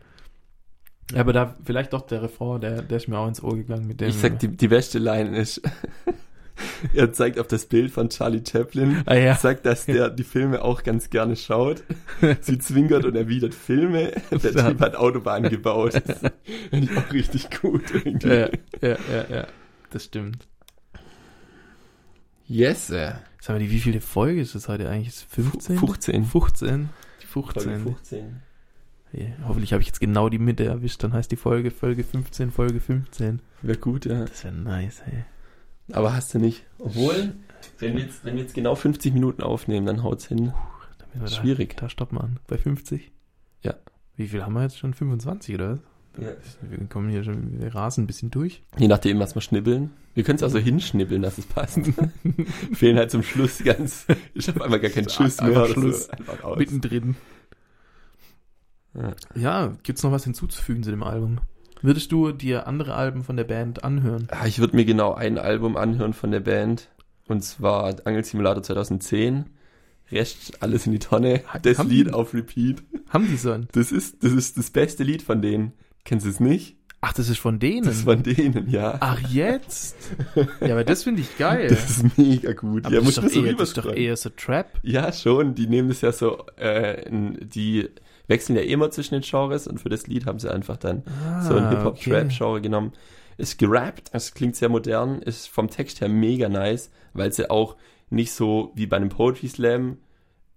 S2: Ja, aber da vielleicht doch der Refrain, der, der ist mir auch ins Ohr gegangen mit dem.
S1: Ich sag, die, die beste Line ist, er zeigt auf das Bild von Charlie Chaplin,
S2: ah, ja.
S1: sagt, dass der die Filme auch ganz gerne schaut. Sie zwinkert und erwidert Filme. Der
S2: Ja.
S1: Typ hat Autobahnen gebaut. Das finde ich auch richtig gut. Irgendwie.
S2: ja, ja, ja, ja. Das stimmt.
S1: Yes, sir.
S2: Sag mal, die- wie viele Folge ist das heute eigentlich? Ist es 15?
S1: 15.
S2: 15? Die
S1: Folge
S2: 15.
S1: 15.
S2: Ja, hoffentlich habe ich jetzt genau die Mitte erwischt. Dann heißt die Folge Folge 15, Folge 15.
S1: Wäre gut, ja.
S2: Das wäre nice, ey.
S1: Aber hast du nicht. Obwohl, wenn wir, jetzt, wenn wir jetzt genau 50 Minuten aufnehmen, dann haut's hin.
S2: Damit wir da,
S1: Schwierig.
S2: da stoppen wir an. Bei 50?
S1: Ja.
S2: Wie viel haben wir jetzt schon? 25, oder? was?
S1: Ja.
S2: Wir kommen hier schon, wir rasen ein bisschen durch.
S1: Je nachdem, was wir schnibbeln. Wir können es also hinschnibbeln, dass es passt. Fehlen halt zum Schluss ganz. Ich habe einmal gar keinen
S2: Ist
S1: Schuss mehr.
S2: einfach
S1: oder so.
S2: Schluss.
S1: Einfach aus.
S2: Mittendrin.
S1: Ja.
S2: Ja, gibt's noch was hinzuzufügen zu dem Album? Würdest du dir andere Alben von der Band anhören?
S1: Ah, Ich würde mir genau ein Album anhören von der Band. Und zwar Angel Simulator 2010. Rest alles in die Tonne. Das
S2: haben
S1: Lied
S2: die-
S1: auf Repeat.
S2: Haben die so ein?
S1: Das ist, das ist das beste Lied von denen. Kennst du es nicht?
S2: Ach, das ist von denen.
S1: Das ist von denen, ja.
S2: Ach, jetzt? ja, aber das finde ich geil.
S1: Das ist mega gut.
S2: aber das,
S1: muss
S2: ist
S1: man
S2: doch
S1: so
S2: eher, das ist doch eh
S1: rüberscrollen.
S2: eher so Trap.
S1: Ja, schon. Die nehmen das ja so, äh, n- die wechseln ja eh immer zwischen den Genres und für das Lied haben sie einfach dann so ein
S2: Ah,
S1: Hip-Hop-Trap-Genre genommen. Ist gerappt, es klingt sehr modern, ist vom Text her mega nice, weil sie auch nicht so wie bei einem Poetry Slam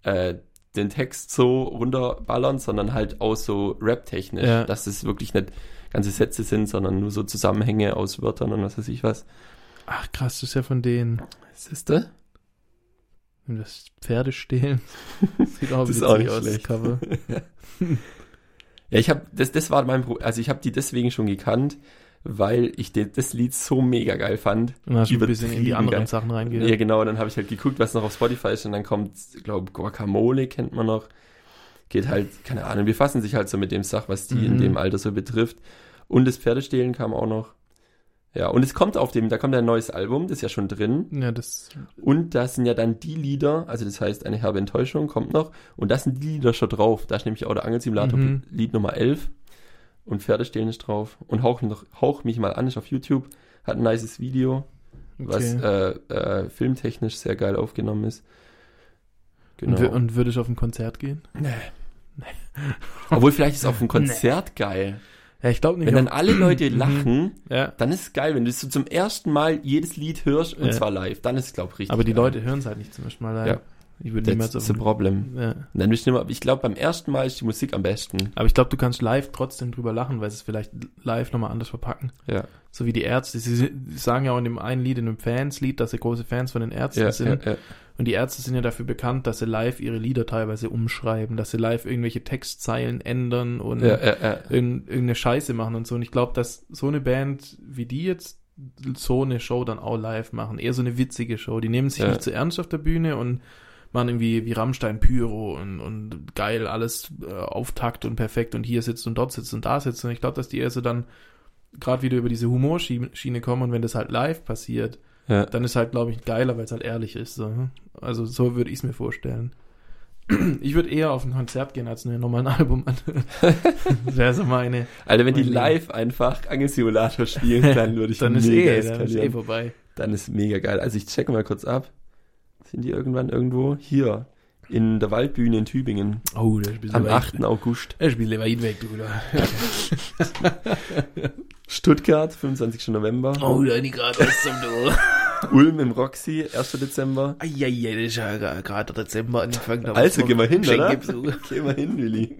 S1: äh, den Text so runterballern, sondern halt auch so rap-technisch,
S2: Ja.
S1: dass es wirklich nicht ganze Sätze sind, sondern nur so Zusammenhänge aus Wörtern und was weiß ich was.
S2: Ach, krass, das ist ja von denen.
S1: Siehste?
S2: Und das Pferde stehlen. Sieht auch
S1: Das ist
S2: witzig
S1: auch nicht
S2: aus,
S1: schlecht.
S2: das Cover.
S1: Ja, ich habe das, das war mein Problem, also ich habe die deswegen schon gekannt, weil ich de, das Lied so mega geil fand.
S2: Und dann hast du ein bisschen in die
S1: Übertrieben
S2: anderen
S1: geil.
S2: Sachen
S1: Ja,
S2: reingehört.
S1: genau, dann habe ich halt geguckt, was noch auf Spotify ist und dann kommt, ich glaube, Guacamole kennt man noch. Geht halt, keine Ahnung, wir fassen sich halt so mit dem Sach, was die in
S2: Mhm.
S1: dem Alter so betrifft. Und das Pferdestehlen kam auch noch. Ja, und es kommt auf dem, da kommt ein neues Album, das ist ja schon drin.
S2: Ja, das.
S1: Und da sind ja dann die Lieder, also das heißt, eine herbe Enttäuschung kommt noch. Und das sind die Lieder schon drauf. Da ist nämlich auch der Angelsimulator
S2: Mhm.
S1: Lied Nummer 11. Und Pferdestehlen ist drauf. Und hauch, noch, hauch mich mal an, ist auf YouTube. Hat ein nices Video
S2: Okay.
S1: was äh, äh, filmtechnisch sehr geil aufgenommen ist. Genau.
S2: und, wür- und würdest du auf ein Konzert gehen?
S1: nee. Obwohl, vielleicht ist auf dem Konzert geil.
S2: Ja, ich glaube nicht.
S1: Wenn dann
S2: auf-
S1: alle Leute
S2: Mhm.
S1: lachen,
S2: ja.
S1: dann ist es geil. Wenn du so zum ersten Mal jedes Lied hörst, und
S2: Ja.
S1: zwar live, dann ist es, glaube ich, richtig
S2: Aber die
S1: geil.
S2: Leute hören es halt nicht zum ersten Mal. leider.
S1: Ja.
S2: Ich würde
S1: That's
S2: niemals auf
S1: the
S2: ein,
S1: problem.
S2: ja.
S1: Dann bist du immer, ich glaube, beim ersten Mal ist die Musik am besten.
S2: Aber ich glaube, du kannst live trotzdem drüber lachen, weil sie es vielleicht live nochmal anders verpacken.
S1: Ja.
S2: So wie die Ärzte. Sie si- sagen ja auch in dem einen Lied, in dem Fanslied, dass sie große Fans von den Ärzten
S1: Ja,
S2: sind.
S1: ja, ja.
S2: Und die Ärzte sind ja dafür bekannt, dass sie live ihre Lieder teilweise umschreiben, dass sie live irgendwelche Textzeilen ändern und
S1: Ja, ja, ja.
S2: irgend- irgendeine Scheiße machen und so. Und ich glaube, dass so eine Band wie die jetzt so eine Show dann auch live machen. Eher so eine witzige Show. Die nehmen sich
S1: Ja.
S2: nicht zu ernst auf der Bühne und machen irgendwie wie Rammstein Pyro und, und geil alles äh, auftakt und perfekt und hier sitzt und dort sitzt und da sitzt. Und ich glaube, dass die eher so dann gerade wieder über diese Humorschiene kommen und wenn das halt live passiert,
S1: Ja.
S2: dann ist halt, glaube ich, geiler, weil es halt ehrlich ist. So. Also so würde ich es mir vorstellen. Ich würde eher auf ein Konzert gehen, als mir nochmal ein Album anhören. das wäre so meine.
S1: Alter, wenn die
S2: Mein Leben.
S1: live einfach Angelsimulator spielen, dann würde ich
S2: dann ist
S1: mega
S2: eh, dann ist
S1: eskalieren.
S2: eh vorbei.
S1: Dann ist mega geil. Also ich checke mal kurz ab. Sind die irgendwann irgendwo? Hier. In der Waldbühne in Tübingen.
S2: Oh, das ist
S1: Am 8. August.
S2: Er spielt lieber ihn weg, du. Oder?
S1: Stuttgart, 25. November.
S2: Oh, da die gerade was zum Du.
S1: Ulm im Roxy, 1. Dezember.
S2: Eieiei, das ist ja gerade Dezember angefangen. da
S1: Also,
S2: muss
S1: gehen wir
S2: man
S1: hin,
S2: Geschenke
S1: oder?
S2: besuchen.
S1: Geh mal hin, Willi.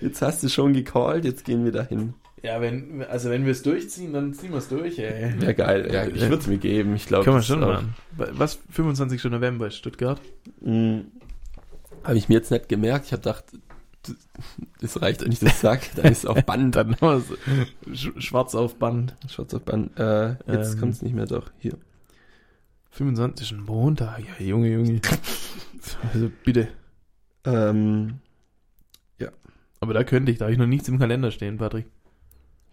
S1: Jetzt hast du schon gecallt, jetzt gehen wir dahin.
S2: Ja, wenn, also wenn wir es durchziehen, dann ziehen wir es durch, ey.
S1: Ja, geil. Ja, ich würde es mir geben. Ich glaube,
S2: Können wir schon machen. Was? 25. November ist Stuttgart?
S1: Habe Hm. ich mir jetzt nicht gemerkt. Ich habe gedacht, d- das reicht, wenn ich das sag. Da ist auf Band.
S2: Dann haben wir es sch- schwarz auf Band.
S1: Schwarz auf Band. Äh, jetzt
S2: Ähm.
S1: kommt es nicht mehr, doch. Hier.
S2: 25. Montag. Ja, Junge, Junge. Also bitte.
S1: Ähm,
S2: Aber da könnte ich, da habe ich noch nichts im Kalender stehen, Patrick.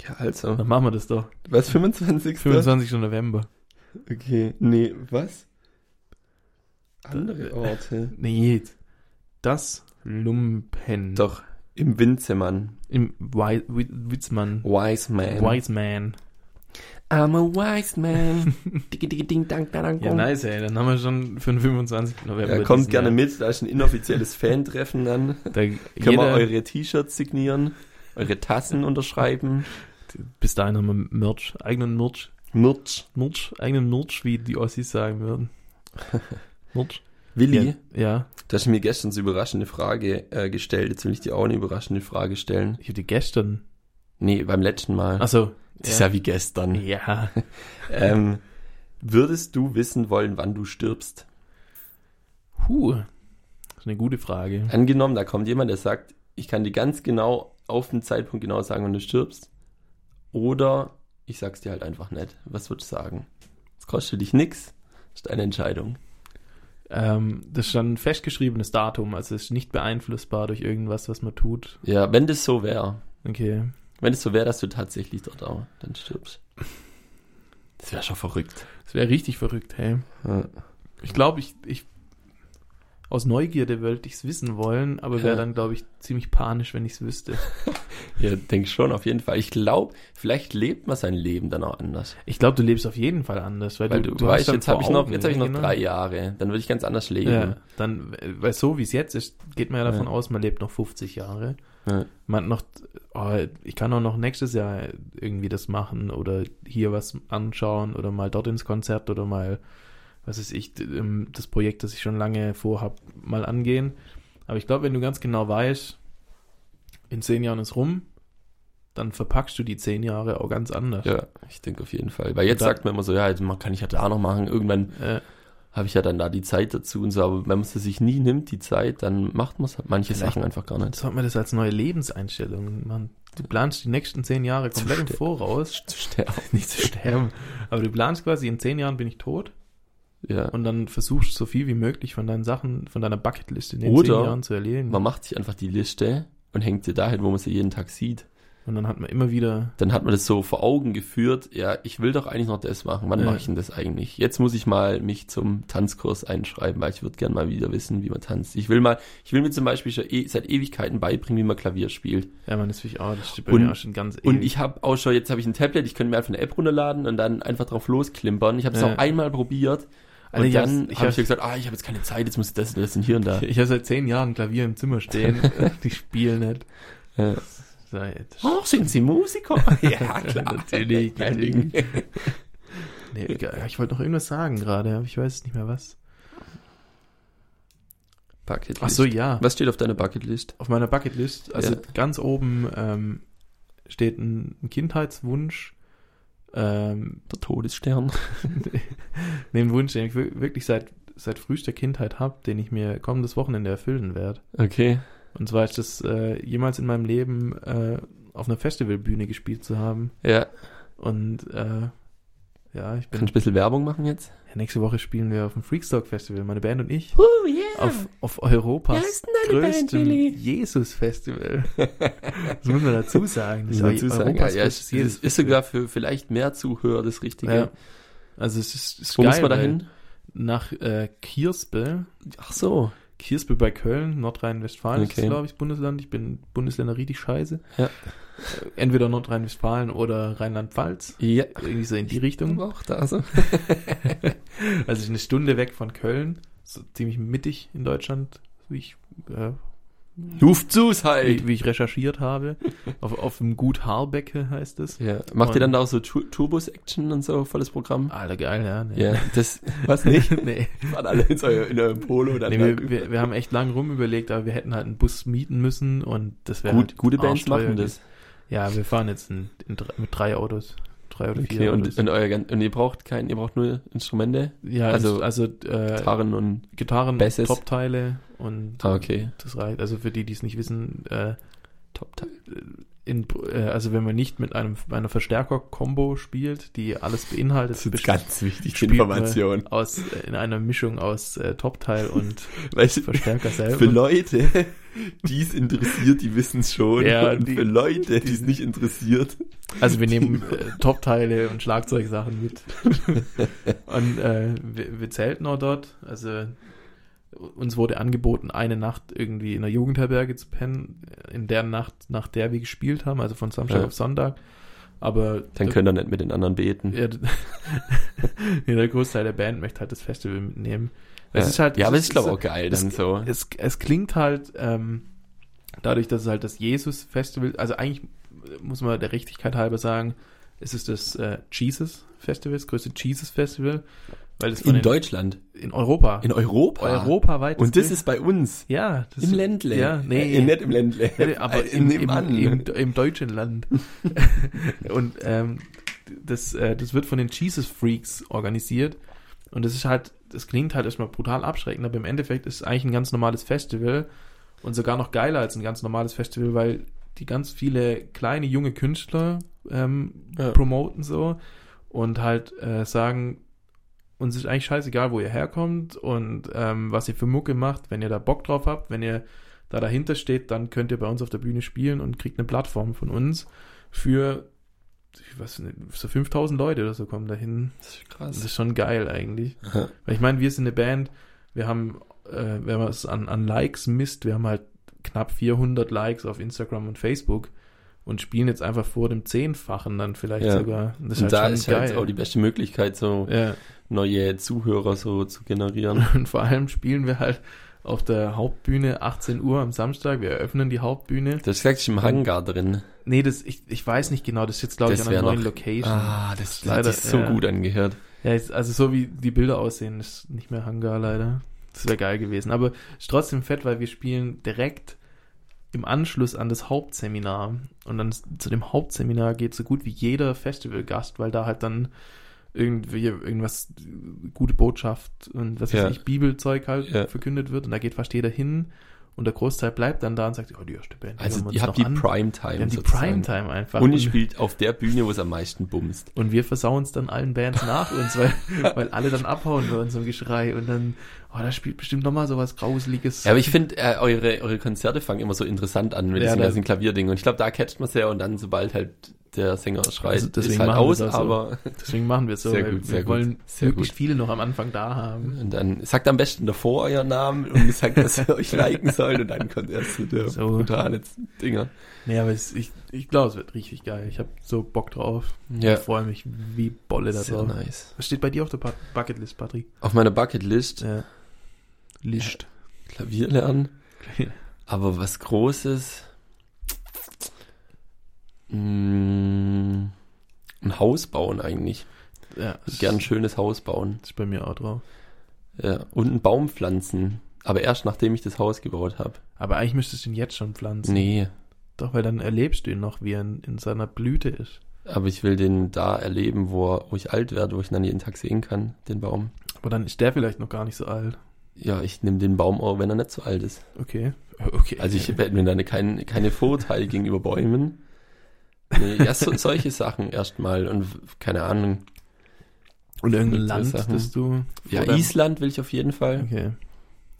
S1: ja, also.
S2: Dann machen wir das doch.
S1: Was, 25.?
S2: 25. November.
S1: Okay, nee, was? Andere Orte.
S2: Nee, jetzt. das Lumpen.
S1: Doch, Im Winzemann.
S2: Im Wei- Wi- Witzmann.
S1: Wise man.
S2: Wise Man.
S1: I'm a wise man. Dicke, dicke, ding, dang, dang, dang,
S2: Ja, nice, ey. Dann haben wir schon für den 25. November.
S1: Ja, kommt
S2: diesen
S1: gerne
S2: Jahr.
S1: mit, da ist ein inoffizielles Fantreffen dann.
S2: Da
S1: Können wir
S2: jeder-
S1: eure T-Shirts signieren, eure Tassen unterschreiben.
S2: Bis dahin haben wir Merch, eigenen Merch,
S1: Merch.
S2: Merch, eigenen Merch, wie die Ossis sagen würden. Merch.
S1: Willi,
S2: Ja, ja.
S1: du hast mir gestern so überraschende Frage äh, gestellt. Jetzt will ich dir auch eine überraschende Frage stellen.
S2: ich habe die gestern.
S1: Nee, beim letzten Mal.
S2: Achso.
S1: Das ist
S2: ja.
S1: ja wie gestern.
S2: ja.
S1: Ähm, würdest du wissen wollen, wann du stirbst?
S2: Huh. Das ist eine gute Frage.
S1: Angenommen, da kommt jemand, der sagt, ich kann dir ganz genau auf den Zeitpunkt genau sagen, wann du stirbst. Oder ich sag's dir halt einfach nicht. Was würdest du sagen? Es kostet dich nix. Ist deine Entscheidung.
S2: Ähm, das ist dann ein festgeschriebenes Datum, also es ist nicht beeinflussbar durch irgendwas, was man tut.
S1: Ja, wenn das so wäre.
S2: Okay.
S1: Wenn es so wäre, dass du tatsächlich dort auch dann stirbst. Das wäre schon verrückt.
S2: Das wäre richtig verrückt, hey.
S1: Ja.
S2: Ich glaube, ich, ich aus Neugierde würde ich es wissen wollen, aber
S1: Ja.
S2: wäre dann, glaube ich, ziemlich panisch, wenn ich es wüsste.
S1: Ja, denk schon, auf jeden Fall. Ich glaube, vielleicht lebt man sein Leben dann auch anders.
S2: Ich glaube, du lebst auf jeden Fall anders, weil,
S1: Weil du, weißt,
S2: dann
S1: jetzt
S2: vor
S1: habe ich noch,
S2: Augen,
S1: jetzt hab ich
S2: ja,
S1: noch
S2: genau.
S1: drei Jahre. Dann würde ich ganz anders leben.
S2: Ja, dann, äh, weil so wie es jetzt ist, geht man ja davon
S1: Ja.
S2: aus, man lebt noch 50 Jahre.
S1: Ja.
S2: Man hat noch, oh, ich kann auch noch nächstes Jahr irgendwie das machen oder hier was anschauen oder mal dort ins Konzert oder mal, was weiß ich, d- ähm, das Projekt, das ich schon lange vorhab, mal angehen. Aber ich glaube, wenn du ganz genau weißt, in zehn Jahren ist rum, dann verpackst du die zehn Jahre auch ganz anders.
S1: Ja, ich denke auf jeden Fall. Weil jetzt
S2: Und dann-
S1: sagt man immer so, ja, jetzt mach- kann ich ja da noch machen. Irgendwann
S2: Äh,
S1: habe ich ja dann da die Zeit dazu und so. Aber wenn man sie sich nie nimmt, die Zeit, dann macht man halt manche
S2: Vielleicht-
S1: Sachen einfach gar nicht.
S2: sollte man das als neue Lebenseinstellung machen. Du planst die nächsten zehn Jahre komplett im
S1: sterben.
S2: Voraus.
S1: Zu sterben.
S2: nicht zu sterben. Aber du planst quasi, in zehn Jahren bin ich tot
S1: Ja.
S2: und dann versuchst so viel wie möglich von deinen Sachen, von deiner Bucketlist in den
S1: Oder
S2: zehn Jahren zu erledigen.
S1: Man macht sich einfach die Liste und hängt sie dahin, wo man sie jeden Tag sieht.
S2: Und dann hat man immer wieder,
S1: Dann hat man das so vor Augen geführt, ja, ich will doch eigentlich noch das machen. Wann
S2: Ja.
S1: mache ich denn das eigentlich? Jetzt muss ich mal mich zum Tanzkurs einschreiben, weil ich würde gerne mal wieder wissen, wie man tanzt. Ich will mal, ich will mir zum Beispiel schon e seit Ewigkeiten beibringen, wie man Klavier spielt.
S2: ja man ist natürlich auch, das steht bei
S1: Und-
S2: mir auch schon ganz
S1: Und
S2: ewig.
S1: ich habe auch schon, jetzt habe ich ein Tablet, ich könnte mir einfach eine App runterladen und dann einfach drauf losklimpern. Ich habe es
S2: Ja.
S1: auch einmal probiert und
S2: Alter, ich hab's-
S1: dann
S2: ich
S1: habe
S2: hab's-
S1: ich ja gesagt, ah, ich habe jetzt keine Zeit, jetzt muss ich das und das und hier und da.
S2: Ich habe seit zehn Jahren Klavier im Zimmer stehen, die spielen nicht.
S1: Ja.
S2: So, ey, das-
S1: Oh, sind Sie Musiker? ja, klar.
S2: Natürlich,
S1: Kein
S2: natürlich.
S1: Ding.
S2: Nee, egal. ich wollte noch irgendwas sagen gerade, aber ich weiß es nicht mehr was.
S1: Bucketlist.
S2: Ach so, ja.
S1: Was steht auf deiner Bucketlist?
S2: Auf meiner Bucketlist, also
S1: Ja.
S2: ganz oben ähm, steht ein, ein Kindheitswunsch, ähm,
S1: Der Todesstern.
S2: den Wunsch, den ich wir- wirklich seit, seit frühester Kindheit habe, den ich mir kommendes Wochenende erfüllen werde.
S1: Okay.
S2: Und zwar ist das äh, jemals in meinem Leben äh, auf einer Festivalbühne gespielt zu haben.
S1: Ja,
S2: Und äh, ja, ich bin.
S1: kannst du ein bisschen Werbung machen jetzt?
S2: Ja, nächste Woche spielen wir auf dem Freakstock Festival, meine Band und ich.
S1: Oh, yeah.
S2: Auf, auf Europas
S1: denn
S2: größtem Jesus-Festival. Das muss man dazu sagen.
S1: Das
S2: Das
S1: dazu
S2: Eu-
S1: sagen, ja,
S2: Europas
S1: ja,
S2: größtes
S1: es es ist
S2: Festival.
S1: sogar für vielleicht mehr Zuhörer das Richtige.
S2: Ja. Also es ist, ist
S1: Wo
S2: geil,
S1: muss man da
S2: weil
S1: hin?
S2: Nach äh, Kirspe.
S1: Ach so.
S2: Kirspe bei Köln, Nordrhein-Westfalen ist
S1: Okay.
S2: das, glaube ich, Bundesland. Ich bin Bundesländer richtig scheiße.
S1: Ja.
S2: Äh, Entweder Nordrhein-Westfalen oder Rheinland-Pfalz.
S1: Ja.
S2: Irgendwie so in die Richtung.
S1: Auch da so.
S2: Also ich eine Stunde weg von Köln. So ziemlich mittig in Deutschland, wie ich, äh,
S1: Ruft zu's halt.
S2: wie, wie ich recherchiert habe. Auf, auf dem Gut Harbecke heißt es.
S1: Ja. Macht ihr dann da auch so Tu- Turbus-Action und so, volles Programm?
S2: Alter, geil, ja. ne.
S1: Ja, das, was nicht?
S2: nee.
S1: Waren alle in, so, in eurem Polo dann.
S2: Nee, wir, wir, wir haben echt lang rum überlegt, aber wir hätten halt einen Bus mieten müssen und das wäre
S1: Gut,
S2: halt
S1: gute Bands
S2: arschteuer
S1: machen das.
S2: gewesen. Ja, wir fahren jetzt in, in, drei- mit drei Autos. Drei oder vier
S1: Okay,
S2: Autos.
S1: und, und, euer, gan- und ihr braucht kein, ihr braucht nur Instrumente,
S2: Ja,
S1: Also,
S2: also, also äh,
S1: Gitarren und.
S2: Gitarren,
S1: Basses.
S2: Top-Teile und
S1: Ah, okay.
S2: das reicht. Also für die, die es nicht wissen, äh,
S1: Top-Teil.
S2: in, äh, also wenn man nicht mit einem einer Verstärker-Kombo spielt, die alles beinhaltet, besteht
S1: wichtig,
S2: spielt man- aus äh, in einer Mischung aus äh, Top-Teil und
S1: Weißt du,
S2: Verstärker
S1: für
S2: selber.
S1: Leute, die es interessiert, die wissen es schon.
S2: Ja,
S1: und
S2: die-
S1: für Leute, die es nicht interessiert.
S2: Also wir nehmen äh, Top-Teile und Schlagzeugsachen mit. und äh, wir, wir zelten auch dort. Also uns wurde angeboten, eine Nacht irgendwie in der Jugendherberge zu pennen, in der Nacht, nach der wir gespielt haben, also von Samstag
S1: Ja.
S2: auf Sonntag. Aber
S1: Dann könnt ihr nicht mit den anderen beten.
S2: ja, d- ja, der Großteil der Band möchte halt das Festival mitnehmen. Es
S1: Ja.
S2: ist halt,
S1: ja, aber
S2: es
S1: es ist, glaube ich,
S2: es-
S1: auch geil
S2: es-
S1: dann so.
S2: Es, es klingt halt ähm, dadurch, dass es halt das Jesus-Festival, also eigentlich muss man der Richtigkeit halber sagen, es ist das äh, Jesus-Festival, das größte Jesus-Festival, weil es von
S1: In
S2: den-
S1: Deutschland.
S2: in Europa,
S1: In Europa.
S2: europaweit
S1: Und das ist bei uns.
S2: ja das
S1: Im Ländle.
S2: Ja, nee,
S1: Äh, nicht im Ländle.
S2: Nee, aber
S1: Äh,
S2: im, im,
S1: nebenan.
S2: im, im deutschen Land. und ähm, das, äh, das wird von den Jesus Freaks organisiert. Und das ist halt, das klingt halt erstmal brutal abschreckend, aber im Endeffekt ist es eigentlich ein ganz normales Festival und sogar noch geiler als ein ganz normales Festival, weil die ganz viele kleine junge Künstler ähm,
S1: Ja.
S2: promoten so und halt äh, sagen, uns ist eigentlich scheißegal, wo ihr herkommt und ähm, was ihr für Mucke macht, wenn ihr da Bock drauf habt, wenn ihr da dahinter steht, dann könnt ihr bei uns auf der Bühne spielen und kriegt eine Plattform von uns für ich weiß nicht, so 5000 Leute oder so kommen dahin.
S1: Das ist
S2: Das
S1: krass.
S2: ist schon geil eigentlich.
S1: Aha.
S2: Weil ich meine, wir sind eine Band, wir haben, äh, wenn man es an, an Likes misst, wir haben halt knapp 400 Likes auf Instagram und Facebook und spielen jetzt einfach vor dem Zehnfachen dann vielleicht
S1: Ja.
S2: sogar. Und Das
S1: Und da
S2: schon
S1: ist halt auch die beste Möglichkeit, so
S2: ja.
S1: neue Zuhörer so zu generieren.
S2: Und vor allem spielen wir halt auf der Hauptbühne 18 Uhr am Samstag. Wir eröffnen die Hauptbühne.
S1: Das ist gleich im Hangar drin.
S2: Nee, das, ich, ich weiß nicht genau, das ist jetzt, glaube ich,
S1: Das
S2: an einer
S1: wär
S2: neuen
S1: noch-
S2: Location.
S1: Ah, das hat
S2: Leider,
S1: sich so
S2: ja.
S1: gut angehört.
S2: Ja, ist, also so wie die Bilder aussehen, ist nicht mehr Hangar leider. Das wäre geil gewesen. Aber ist trotzdem fett, weil wir spielen direkt im Anschluss an das Hauptseminar. Und dann s- zu dem Hauptseminar geht so gut wie jeder Festivalgast, weil da halt dann irgendwie irgendwas, gute Botschaft und was
S1: Ja.
S2: weiß ich, Bibelzeug halt
S1: Ja.
S2: verkündet wird. Und da geht fast jeder hin. Und der Großteil bleibt dann da und sagt, oh, die erste Band. die hören
S1: Also,
S2: wir
S1: ihr
S2: uns
S1: habt
S2: noch
S1: die
S2: an.
S1: Primetime.
S2: Wir haben die
S1: sozusagen.
S2: Primetime einfach.
S1: Und ihr spielt auf der Bühne, wo es am meisten bumst.
S2: Und wir versauen es dann allen Bands nach uns, weil, weil alle dann abhauen bei unserem Geschrei und dann, oh, da spielt bestimmt nochmal sowas Grauseliges.
S1: Ja, aber ich finde, äh, eure, eure Konzerte fangen immer so interessant an mit
S2: Ja,
S1: diesen
S2: da-
S1: ganzen Klavierdingen. Und ich glaube, da catcht man sehr und dann, sobald halt der Sänger schreit,
S2: Also deswegen
S1: ist halt
S2: machen
S1: aus,
S2: wir's auch so.
S1: aber
S2: Deswegen machen wir es so,
S1: Sehr
S2: weil
S1: gut,
S2: wir
S1: sehr gut,
S2: wollen
S1: sehr
S2: möglichst viele noch am Anfang da haben.
S1: und dann sagt am besten davor euren Namen und sagt, dass ihr euch liken sollt und dann kommt erst so der
S2: So.
S1: brutale Dinger.
S2: Nee, aber es, ich, ich glaube, es wird richtig geil. Ich habe so Bock drauf.
S1: Ja,
S2: Ich freue mich wie Bolle da
S1: sehr
S2: drauf.
S1: nice.
S2: Was steht bei dir auf der Pa- Bucketlist, Patrick?
S1: Auf meiner Bucketlist
S2: Ja. List.
S1: Klavier lernen, aber was Großes, mh, Mm, ein Haus bauen eigentlich.
S2: Ja,
S1: Gern ein schönes Haus bauen.
S2: Ist bei mir auch drauf.
S1: Ja, und einen Baum pflanzen. Aber erst nachdem ich das Haus gebaut habe.
S2: Aber eigentlich müsstest du ihn jetzt schon pflanzen.
S1: Nee,
S2: Doch, weil dann erlebst du ihn noch, wie er in, in seiner Blüte ist.
S1: aber ich will den da erleben, wo, er- wo ich alt werde, wo ich ihn dann jeden Tag sehen kann, den Baum.
S2: Aber dann ist der vielleicht noch gar nicht so alt.
S1: Ja, ich nehme den Baum auch, wenn er nicht so alt ist.
S2: Okay. Äh, Okay.
S1: Also ich werde mir dann keine, keine Vorurteile gegenüber Bäumen. Nee, ja, so, solche Sachen erstmal und keine Ahnung.
S2: und irgendein
S1: mit so
S2: Land,
S1: Sachen.
S2: das du.
S1: Ja,
S2: Oder-
S1: Island will ich auf jeden Fall.
S2: Okay.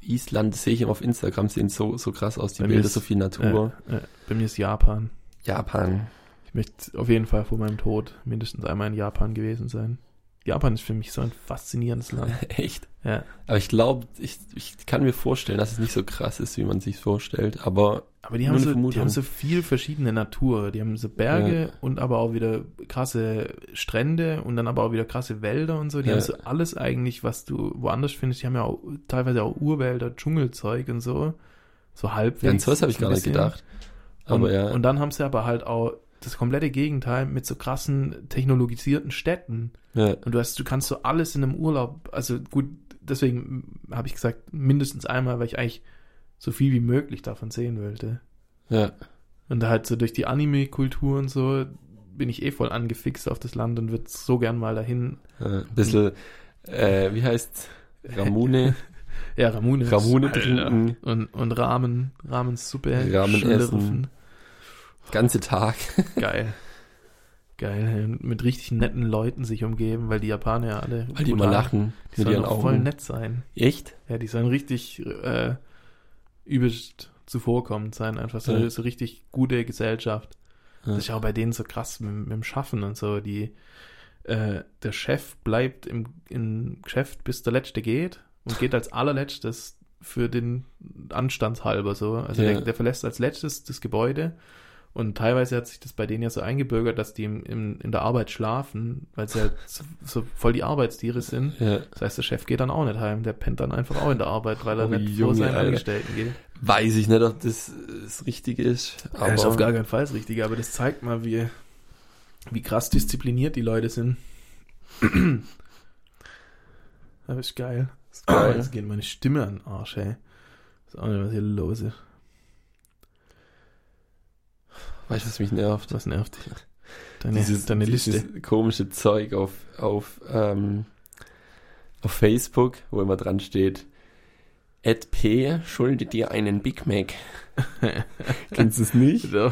S1: Island sehe ich immer auf Instagram, sehen so, so krass aus, die
S2: Bei mir
S1: Bilder,
S2: ist-
S1: so viel Natur.
S2: Äh, bei mir ist Japan.
S1: Japan.
S2: Ich möchte auf jeden Fall vor meinem Tod mindestens einmal in Japan gewesen sein. Japan ist für mich so ein faszinierendes Land.
S1: Echt?
S2: Ja.
S1: Aber ich glaube, ich, ich kann mir vorstellen, dass es nicht so krass ist, wie man sich vorstellt. Aber
S2: Aber die
S1: Nur
S2: haben,
S1: eine
S2: so, die
S1: Vermutung.
S2: haben so viel verschiedene Natur. Die haben so Berge und aber auch wieder krasse Strände und dann aber auch wieder krasse Wälder und so. Die
S1: Ja.
S2: haben so alles eigentlich, was du woanders findest. Die haben ja auch teilweise auch Urwälder, Dschungelzeug und so. So halbwegs.
S1: ja, an sowas habe ich
S2: so
S1: gar
S2: ein
S1: nicht
S2: bisschen.
S1: gedacht. Aber
S2: und,
S1: ja,
S2: und dann haben sie aber halt auch das komplette Gegenteil mit so krassen technologisierten Städten.
S1: ja,
S2: Und du hast, du kannst so alles in einem Urlaub, also gut, deswegen habe ich gesagt, mindestens einmal, weil ich eigentlich so viel wie möglich davon sehen wollte.
S1: ja,
S2: Und da halt so durch die Anime-Kultur und so bin ich eh voll angefixt auf das Land und würde so gern mal dahin.
S1: ja, ein bisschen, äh, wie heißt Ramune,
S2: Ja, Ramune.
S1: Ramune
S2: Alter.
S1: trinken,
S2: Und, und Ramen, Ramensuppe.
S1: Ramen
S2: schlürfen.
S1: essen. ganze Tag.
S2: Geil. Geil. Und mit richtig netten Leuten sich umgeben, weil die Japaner ja alle.
S1: Weil die immer
S2: brutal-
S1: lachen
S2: Die
S1: mit
S2: sollen
S1: ihren
S2: auch voll
S1: Augen.
S2: nett sein.
S1: Echt?
S2: Ja, die sollen richtig äh, übelst zuvorkommend sein, einfach so,
S1: Ja.
S2: so richtig gute Gesellschaft.
S1: Ja.
S2: Das ist ja auch bei denen so krass mit, mit dem Schaffen und so. Die, äh, der Chef bleibt im, im Geschäft, bis der Letzte geht und geht als allerletztes für den Anstandshalber so. Also
S1: Ja.
S2: der, der verlässt als letztes das Gebäude und teilweise hat sich das bei denen ja so eingebürgert, dass die im, im, in der Arbeit schlafen, weil sie halt so, so voll die Arbeitstiere sind.
S1: Ja.
S2: Das heißt, der Chef geht dann auch nicht heim, der pennt dann einfach auch in der Arbeit, weil er
S1: Oh,
S2: nicht
S1: Junge,
S2: vor seinen
S1: Alter.
S2: Angestellten geht.
S1: Weiß ich nicht, ob das äh, das Richtige ist.
S2: Aber ist auf gar keinen Fall das Richtige, aber das zeigt mal, wie, wie krass diszipliniert die Leute sind. das ist geil. Ah,
S1: Ist geil.
S2: Jetzt geht meine Stimme an den Arsch, ey. Ist auch nicht, was hier los ist.
S1: Weißt du, was mich nervt?
S2: Das nervt dich. Deine, deine Liste.
S1: dieses komische Zeug auf, auf, ähm, auf Facebook, wo immer dran steht, Ed P. schuldet dir einen Big Mac. Kennst du es nicht?
S2: Ja.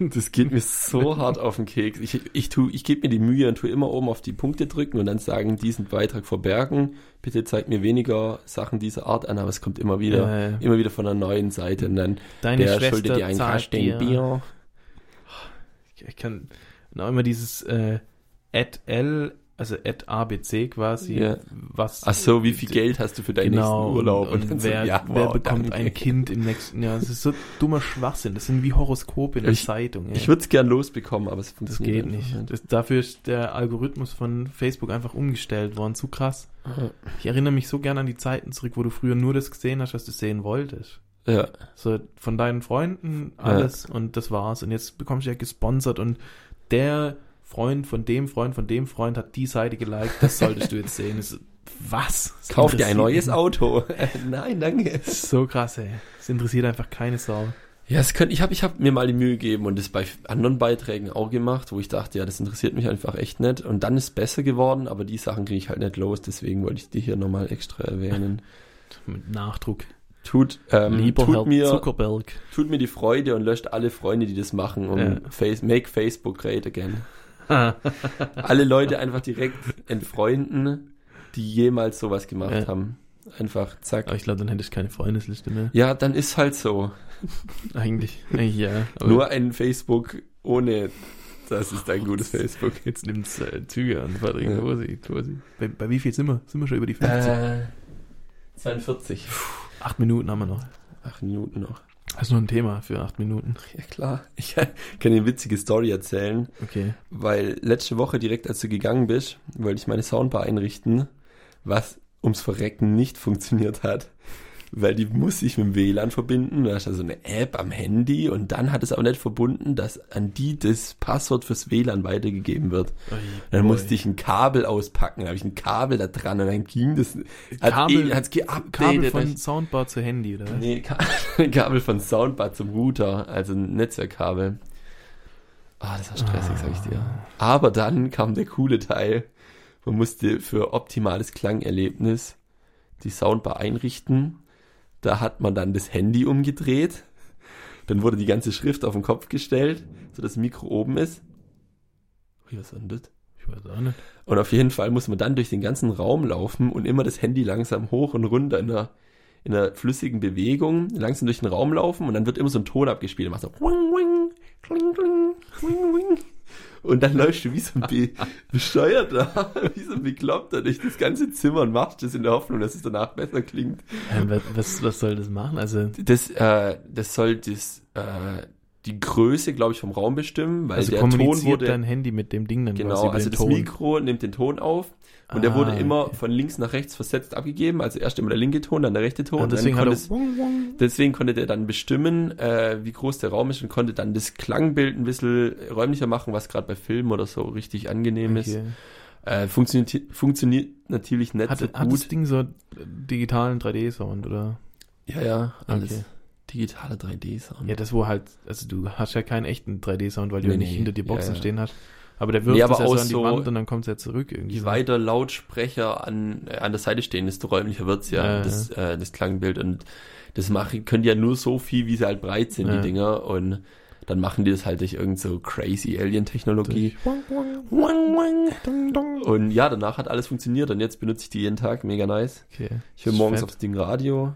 S1: Das geht mir so hart auf den Keks. Ich, ich, tu- ich gebe mir die Mühe und tue immer oben auf die Punkte drücken und dann sagen, diesen Beitrag verbergen. Bitte zeigt mir weniger Sachen dieser Art an, aber es kommt immer wieder.
S2: Äh,
S1: Immer wieder von einer neuen Seite und dann
S2: deine
S1: der schuldet dir
S2: Schwester
S1: einen
S2: zahlt
S1: Kasten
S2: dir.
S1: Bier.
S2: Ich, ich kann und auch immer dieses äh, at L, also at ABC quasi,
S1: Ja.
S2: was
S1: Ach so, wie viel Geld hast du für deinen nächsten Urlaub?
S2: Genau. Und,
S1: dann
S2: und
S1: so,
S2: wer,
S1: ja,
S2: wer
S1: wow,
S2: bekommt
S1: danke.
S2: ein Kind im nächsten Jahr? Das ist so dummer Schwachsinn. Das sind wie Horoskope in der
S1: Ich-
S2: Zeitung. ey.
S1: Ich würde es gern losbekommen, aber es
S2: das
S1: funktioniert
S2: geht nicht.
S1: einfach
S2: Das, dafür ist der Algorithmus von Facebook einfach umgestellt worden. Zu krass.
S1: nicht.
S2: Ich erinnere mich so gern an die Zeiten zurück, wo du früher nur das gesehen hast, was du sehen wolltest.
S1: Ja,
S2: So von deinen Freunden alles und das war's. Und jetzt bekommst du ja gesponsert und der Freund von dem Freund von dem Freund hat die Seite geliked. Das solltest du jetzt sehen. Das, was? Das
S1: kauf dir ein
S2: interessiert
S1: neues
S2: mich.
S1: Auto. Nein, danke.
S2: So krass, ey. Es interessiert einfach keine Sau.
S1: Ja, es könnte, ich habe ich hab mir mal die Mühe gegeben und das bei anderen Beiträgen auch gemacht, wo ich dachte, ja, das interessiert mich einfach echt nicht. Und dann ist es besser geworden, aber die Sachen kriege ich halt nicht los, deswegen wollte ich die hier nochmal extra erwähnen.
S2: Mit Nachdruck.
S1: Tut, ähm,
S2: Lieber
S1: tut,
S2: Herr
S1: mir,
S2: Zuckerberg.
S1: tut mir die Freude und löscht alle Freunde, die das machen und
S2: Ja.
S1: face, make Facebook great again. Alle Leute einfach direkt entfreunden, die jemals sowas gemacht
S2: Ja.
S1: haben. Einfach zack.
S2: Aber ich glaube, dann hätte ich keine Freundesliste mehr.
S1: Ja, dann ist halt so.
S2: Eigentlich. Eigentlich ja. Aber
S1: Nur ein Facebook ohne. Das ist ein gutes Facebook.
S2: jetzt nimmt es äh, Züge an, Patrick.
S1: Ja.
S2: Tosi, Tosi. Bei, bei wie viel sind wir? Sind wir schon über die 50?
S1: Äh, 42.
S2: Acht Minuten haben wir noch.
S1: Acht Minuten noch.
S2: Hast du noch ein Thema für acht Minuten?
S1: Ja klar. Ich kann eine witzige Story erzählen,
S2: Okay.
S1: weil letzte Woche direkt, als du gegangen bist, wollte ich meine Soundbar einrichten, was ums Verrecken nicht funktioniert hat. Weil die muss ich mit dem WLAN verbinden. Da hast du so eine App am Handy und dann hat es aber nicht verbunden, dass an die das Passwort fürs WLAN weitergegeben wird. Dann musste ich ein Kabel auspacken, dann habe ich ein Kabel da dran und dann ging das. Hat
S2: Kabel-
S1: eh, hat's geupdatet. Also
S2: Kabel von Soundbar zu Handy, oder?
S1: nee, Ka Kabel von Soundbar zum Router, also ein Netzwerkkabel. Ah, das war stressig, sag ich dir. Aber dann kam der coole Teil. Man musste für optimales Klangerlebnis die Soundbar einrichten. Da hat man dann das Handy umgedreht. Dann wurde die ganze Schrift auf den Kopf gestellt, sodass das Mikro oben ist. Ui, was war denn das?
S2: Ich weiß auch nicht.
S1: Und auf jeden Fall muss man dann durch den ganzen Raum laufen und immer das Handy langsam hoch und runter in einer, in einer flüssigen Bewegung langsam durch den Raum laufen und dann wird immer so ein Ton abgespielt. Macht so wing, wing, kling, kling, wing, wing. Und dann läufst du wie so ein Be Bescheuerter, wie so ein Bekloppter durch das ganze Zimmer und machst das in der Hoffnung, dass es danach besser klingt.
S2: Ähm, wa- was, was soll das machen? Also,
S1: Das, äh, das soll das, äh, die Größe, glaube ich, vom Raum bestimmen, weil
S2: also
S1: der Ton
S2: kommuniziert
S1: wurde
S2: dein Handy mit dem Ding dann quasi
S1: Genau,
S2: über
S1: also
S2: den
S1: das
S2: Ton.
S1: Mikro nimmt den Ton auf und der wurde
S2: Ah,
S1: immer
S2: okay.
S1: von links nach rechts versetzt abgegeben. Also erst immer der linke Ton, dann der rechte Ton.
S2: Und Ah, Also deswegen
S1: dann
S2: hat
S1: konnte
S2: er
S1: es, deswegen konnte der dann bestimmen, äh, wie groß der Raum ist und konnte dann das Klangbild ein bisschen räumlicher machen, was gerade bei Filmen oder so richtig angenehm ist.
S2: Okay.
S1: Äh, funktioniert, funktioniert natürlich nicht
S2: Hat,
S1: so
S2: hat das
S1: gut.
S2: Ding so äh, digitalen 3D-Sound, oder?
S1: Ja, ja, alles.
S2: Okay.
S1: Digitale 3D-Sound.
S2: Ja, das wo halt, also du hast ja keinen echten 3D-Sound, weil du
S1: Mhm. Nee,
S2: ja nicht
S1: nee,
S2: hinter dir Boxen
S1: ja, ja.
S2: stehen hast. Aber der wirft
S1: Nee,
S2: das
S1: aber
S2: ja so
S1: auch
S2: an die
S1: so-
S2: Wand und dann kommt es ja zurück irgendwie.
S1: Je
S2: so.
S1: weiter Lautsprecher an, äh, an der Seite stehen, desto räumlicher wird's ja,
S2: Ja, ja.
S1: das, äh, das Klangbild. Und das machen, können die ja nur so viel, wie sie halt breit sind,
S2: Ja.
S1: die Dinger. Und dann machen die das halt durch irgend so crazy Alien-Technologie. Und ja, danach hat alles funktioniert. Und jetzt benutze ich die jeden Tag. Mega nice.
S2: Okay.
S1: Ich höre
S2: Das
S1: morgens
S2: fett.
S1: aufs Ding Radio.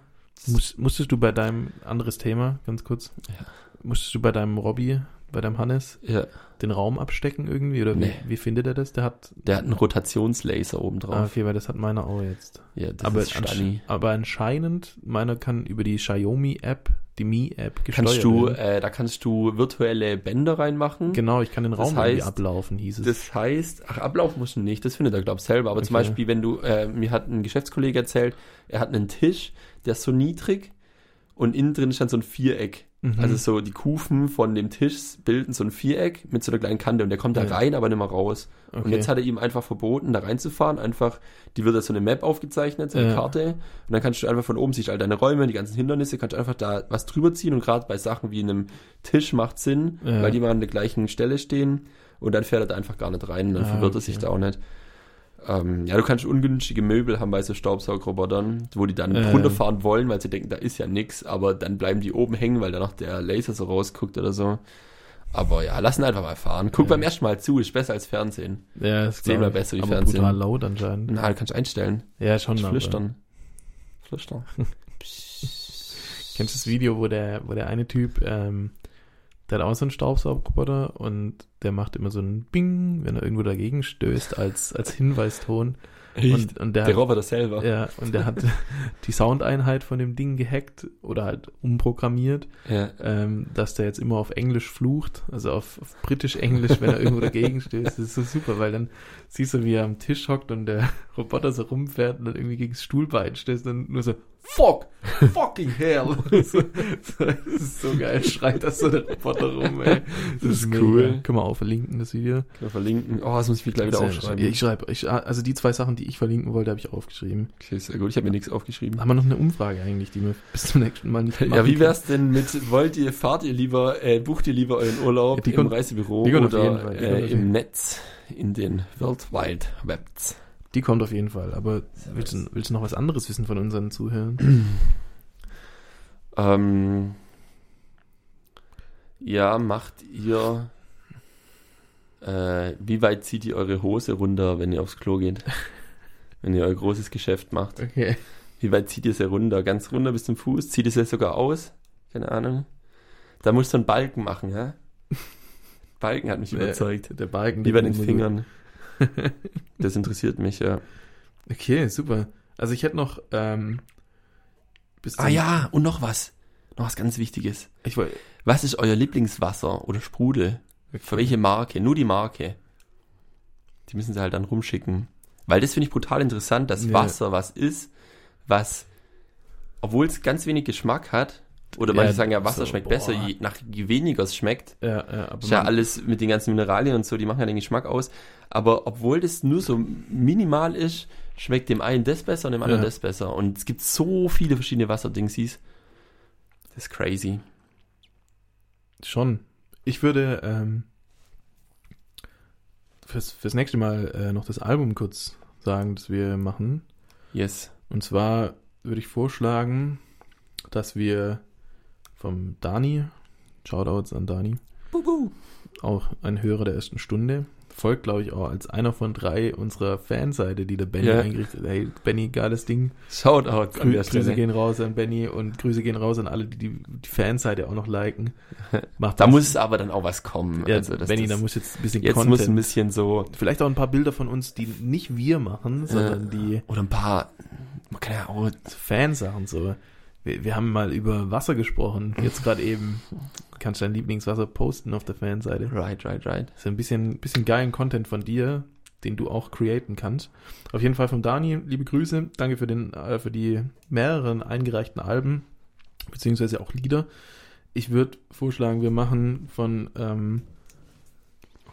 S2: Muss, musstest du bei deinem, anderes Thema, ganz kurz.
S1: Ja.
S2: Musstest du bei deinem Robby, bei deinem Hannes
S1: Ja,
S2: den Raum abstecken irgendwie? Oder wie,
S1: Nee.
S2: wie findet er das? Der hat.
S1: der hat einen Rotationslaser oben
S2: Ah,
S1: drauf.
S2: okay, weil das hat meiner auch jetzt.
S1: Ja, das
S2: Ah, aber,
S1: ist Stani.
S2: ansch- aber anscheinend, meiner kann über die Xiaomi-App, die Mi-App gesteuert
S1: Kannst du,
S2: werden.
S1: äh, da kannst du virtuelle Bänder reinmachen.
S2: Genau, ich kann den
S1: das
S2: Raum irgendwie
S1: heißt,
S2: ablaufen, hieß es.
S1: Das heißt, ach, ablaufen musst du nicht, das findet er, glaube ich, selber. Aber zum
S2: Okay.
S1: Beispiel, wenn du, äh, mir hat ein Geschäftskollege erzählt, er hat einen Tisch, der ist so niedrig und innen drin stand so ein Viereck.
S2: Mhm.
S1: Also so die Kufen von dem Tisch bilden so ein Viereck mit so einer kleinen Kante und der kommt da
S2: Ja.
S1: rein, aber nicht mehr raus. Und
S2: Okay.
S1: jetzt hat er ihm einfach verboten, da reinzufahren. Einfach, die wird als so eine Map aufgezeichnet, so eine
S2: Ja.
S1: Karte. Und dann kannst du einfach von oben, siehst all deine Räume, die ganzen Hindernisse, kannst du einfach da was drüber ziehen. Und gerade bei Sachen wie einem Tisch macht Sinn,
S2: Ja.
S1: weil die mal an der gleichen Stelle stehen. Und dann fährt er da einfach gar nicht rein. Und dann
S2: Ah,
S1: verwirrt er
S2: okay.
S1: sich da auch nicht. Ähm, ja, du kannst ungünstige Möbel haben bei so Staubsaugrobotern, wo die dann
S2: Ähm.
S1: runterfahren wollen, weil sie denken, da ist ja nichts, aber dann bleiben die oben hängen, weil danach der Laser so rausguckt oder so. Aber ja, lassen einfach mal fahren. Guck
S2: Ja.
S1: beim ersten Mal zu, ist besser als Fernsehen.
S2: ja, das
S1: zehnmal
S2: glaub ich.
S1: besser wie
S2: Aber
S1: Fernsehen.
S2: brutal laut anscheinend.
S1: Na, du kannst einstellen.
S2: Ja, schon.
S1: Kannst
S2: aber-
S1: flüstern. Flüstern.
S2: Kennst du das Video, wo der, wo der eine Typ, ähm, der hat auch so einen Staubsaugroboter und der macht immer so einen Bing, wenn er irgendwo dagegen stößt, als, als Hinweiston.
S1: Und
S2: Und, und der,
S1: der
S2: hat,
S1: Roboter selber.
S2: ja, und der hat die Soundeinheit von dem Ding gehackt oder halt umprogrammiert,
S1: Ja.
S2: ähm, dass der jetzt immer auf Englisch flucht, also auf, auf Britisch-Englisch, wenn er irgendwo dagegen stößt. Das ist so super, weil dann siehst du, wie er am Tisch hockt und der Roboter so rumfährt und dann irgendwie gegen das Stuhlbein stößt und nur so
S1: Fuck! Fucking hell!
S2: so, so, das ist so geil, schreit das so der Roboter rum, ey. Das,
S1: ist
S2: mega.
S1: cool.
S2: Können wir auch verlinken, das Video.
S1: Wir verlinken. Oh, das muss ich mir gleich wieder
S2: Sehr
S1: aufschreiben.
S2: schön. Ich schreibe, ich, also die zwei Sachen, die ich verlinken wollte, habe ich aufgeschrieben.
S1: Okay, sehr gut. Ich habe mir nichts aufgeschrieben.
S2: Haben wir noch eine Umfrage eigentlich, die wir bis zum nächsten Mal nicht machen
S1: Ja, wie
S2: können?
S1: wär's denn mit, wollt ihr, fahrt ihr lieber, äh, bucht ihr lieber euren Urlaub
S2: Ja, die
S1: im
S2: kommt-
S1: Reisebüro
S2: die kommt auf jeden
S1: oder
S2: Fall, die kommt auf
S1: äh,
S2: jeden
S1: im Netz, in den World Wide Webs?
S2: Die kommt auf jeden Fall, aber willst du, willst du noch was anderes wissen von unseren Zuhörern?
S1: Ähm, ja, macht ihr. Äh, wie weit zieht ihr eure Hose runter, wenn ihr aufs Klo geht? wenn ihr euer großes Geschäft macht.
S2: Okay.
S1: Wie weit zieht ihr sie runter? Ganz runter bis zum Fuß? Zieht ihr sie sogar aus? Keine Ahnung. Da musst du einen Balken machen, hä? Balken hat mich überzeugt.
S2: Der Balken.
S1: Wie bei den
S2: der-
S1: Fingern. Das interessiert mich, ja.
S2: Okay, super. Also ich hätte noch, ähm, bis
S1: Ah
S2: zum-
S1: ja, und noch was. Noch was ganz Wichtiges.
S2: Ich wollte,
S1: Was ist euer Lieblingswasser oder Sprudel? Für welche Marke? Nur die Marke. Die müssen sie halt dann rumschicken. Weil das finde ich brutal interessant, dass
S2: Ja.
S1: Wasser was ist, was, obwohl es ganz wenig Geschmack hat, oder
S2: Ja,
S1: manche sagen ja, Wasser
S2: so,
S1: schmeckt
S2: boah.
S1: besser, je, nach, je weniger es schmeckt.
S2: Ja, ja, aber
S1: Ist ja
S2: man-
S1: alles mit den ganzen Mineralien und so, die machen ja den Geschmack aus. Aber obwohl das nur so minimal ist, schmeckt dem einen das besser und dem anderen
S2: Ja.
S1: das besser. Und es gibt so viele verschiedene Wasserdingsies. Das ist crazy.
S2: Schon. Ich würde ähm, fürs, fürs nächste Mal äh, noch das Album kurz sagen, das wir machen.
S1: Yes.
S2: Und zwar würde ich vorschlagen, dass wir vom Dani, Shoutouts an Dani,
S1: Bubu.
S2: auch ein Hörer der ersten Stunde, folgt glaube ich auch als einer von drei unserer Fanseite, die der Benny
S1: Ja.
S2: eingerichtet hat. Hey, Benny, geiles Ding.
S1: Shoutouts
S2: Grü Grüße gehen raus an Benny und Grüße gehen raus an alle, die die, die Fanseite auch noch liken. Macht
S1: Da
S2: das.
S1: muss aber dann auch was kommen.
S2: Ja,
S1: Also, dass
S2: Benny,
S1: das-
S2: da muss jetzt ein bisschen
S1: jetzt
S2: Content.
S1: muss ein bisschen so
S2: Vielleicht auch ein paar Bilder von uns, die nicht wir machen, sondern die
S1: oder ein paar oh, man kann ja auch
S2: Fansachen so. Wir, wir haben mal über Wasser gesprochen, jetzt gerade eben. Kannst dein Lieblingswasser posten auf der Fanseite.
S1: right, right, right.
S2: Ist ein bisschen, bisschen geilen Content von dir, den du auch createn kannst. Auf jeden Fall vom Dani, liebe Grüße. Danke für, den, äh, für die mehreren eingereichten Alben, beziehungsweise auch Lieder. Ich würde vorschlagen, wir machen von ähm,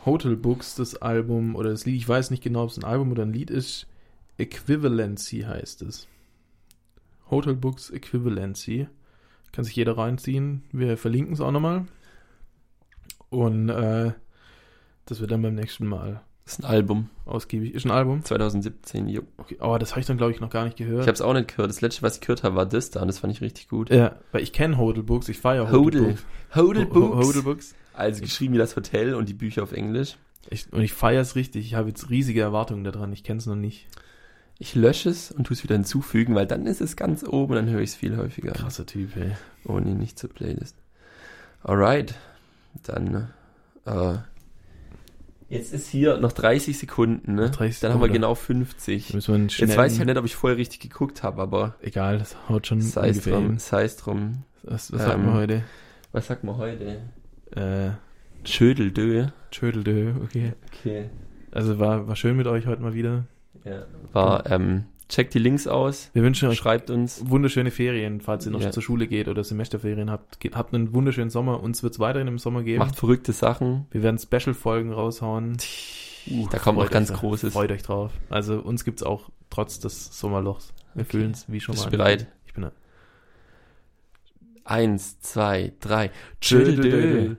S2: Hotel Books das Album oder das Lied. Ich weiß nicht genau, ob es ein Album oder ein Lied ist. Equivalency heißt es. Hotel Books Equivalency. Kann sich jeder reinziehen. Wir verlinken es auch nochmal. Und äh, das wird dann beim nächsten Mal
S1: Das ist ein Album
S2: ausgiebig. Ist ein Album.
S1: 2017. Jo.
S2: Okay. Oh, das habe ich dann, glaube ich, noch gar nicht
S1: Ich
S2: gehört.
S1: habe es auch nicht gehört. Das letzte, was ich gehört habe, war das da und das fand ich richtig gut.
S2: ja, weil ich kenne Hodelbooks, ich feiere Hodelbooks.
S1: Hodel
S2: Ho-
S1: Books.
S2: Ho- Hodelbooks.
S1: Also geschrieben wie das Hotel und die Bücher auf Englisch.
S2: Ich, und ich feiere es richtig. Ich habe jetzt riesige Erwartungen daran. Ich kenne es noch nicht.
S1: Ich lösche es und tue es wieder hinzufügen, weil dann ist es ganz oben, dann höre ich es viel häufiger, Oh,
S2: Krasser Typ, ey.
S1: ohne ihn nicht zur Playlist. Alright, dann Äh, jetzt ist hier noch 30 Sekunden, ne?
S2: Noch 30
S1: Dann haben wir
S2: Sekunden.
S1: genau 50.
S2: Müssen wir einen
S1: Jetzt
S2: schnellen-
S1: weiß ich halt nicht, ob ich vorher richtig geguckt habe, aber
S2: Egal, das haut schon
S1: sei es
S2: ungefähr
S1: drum,
S2: hin.
S1: sei es drum.
S2: Was, was haben
S1: Ähm,
S2: wir heute?
S1: Was sagt man heute?
S2: Äh,
S1: Schödeldö.
S2: Tschödeldö, okay.
S1: Okay.
S2: Also war, war schön mit euch heute mal wieder.
S1: Ja. War, ähm, checkt die Links aus,
S2: Wir wünschen euch
S1: schreibt uns.
S2: wunderschöne Ferien, falls ihr noch
S1: Ja.
S2: zur Schule geht oder Semesterferien habt. Ge- Habt einen wunderschönen Sommer. Uns wird es weiterhin im Sommer geben.
S1: Macht verrückte Sachen.
S2: Wir werden Special-Folgen raushauen. Uh,
S1: da kommt noch
S2: freut
S1: ganz
S2: euch,
S1: Großes.
S2: Freut euch drauf. Also uns gibt's auch trotz des Sommerlochs. Wir
S1: Okay.
S2: fühlen es wie schon
S1: Bist
S2: mal.
S1: du bereit?
S2: Ich bin
S1: Eins, zwei, drei.
S2: Tschödeldö.
S1: Tschödeldö.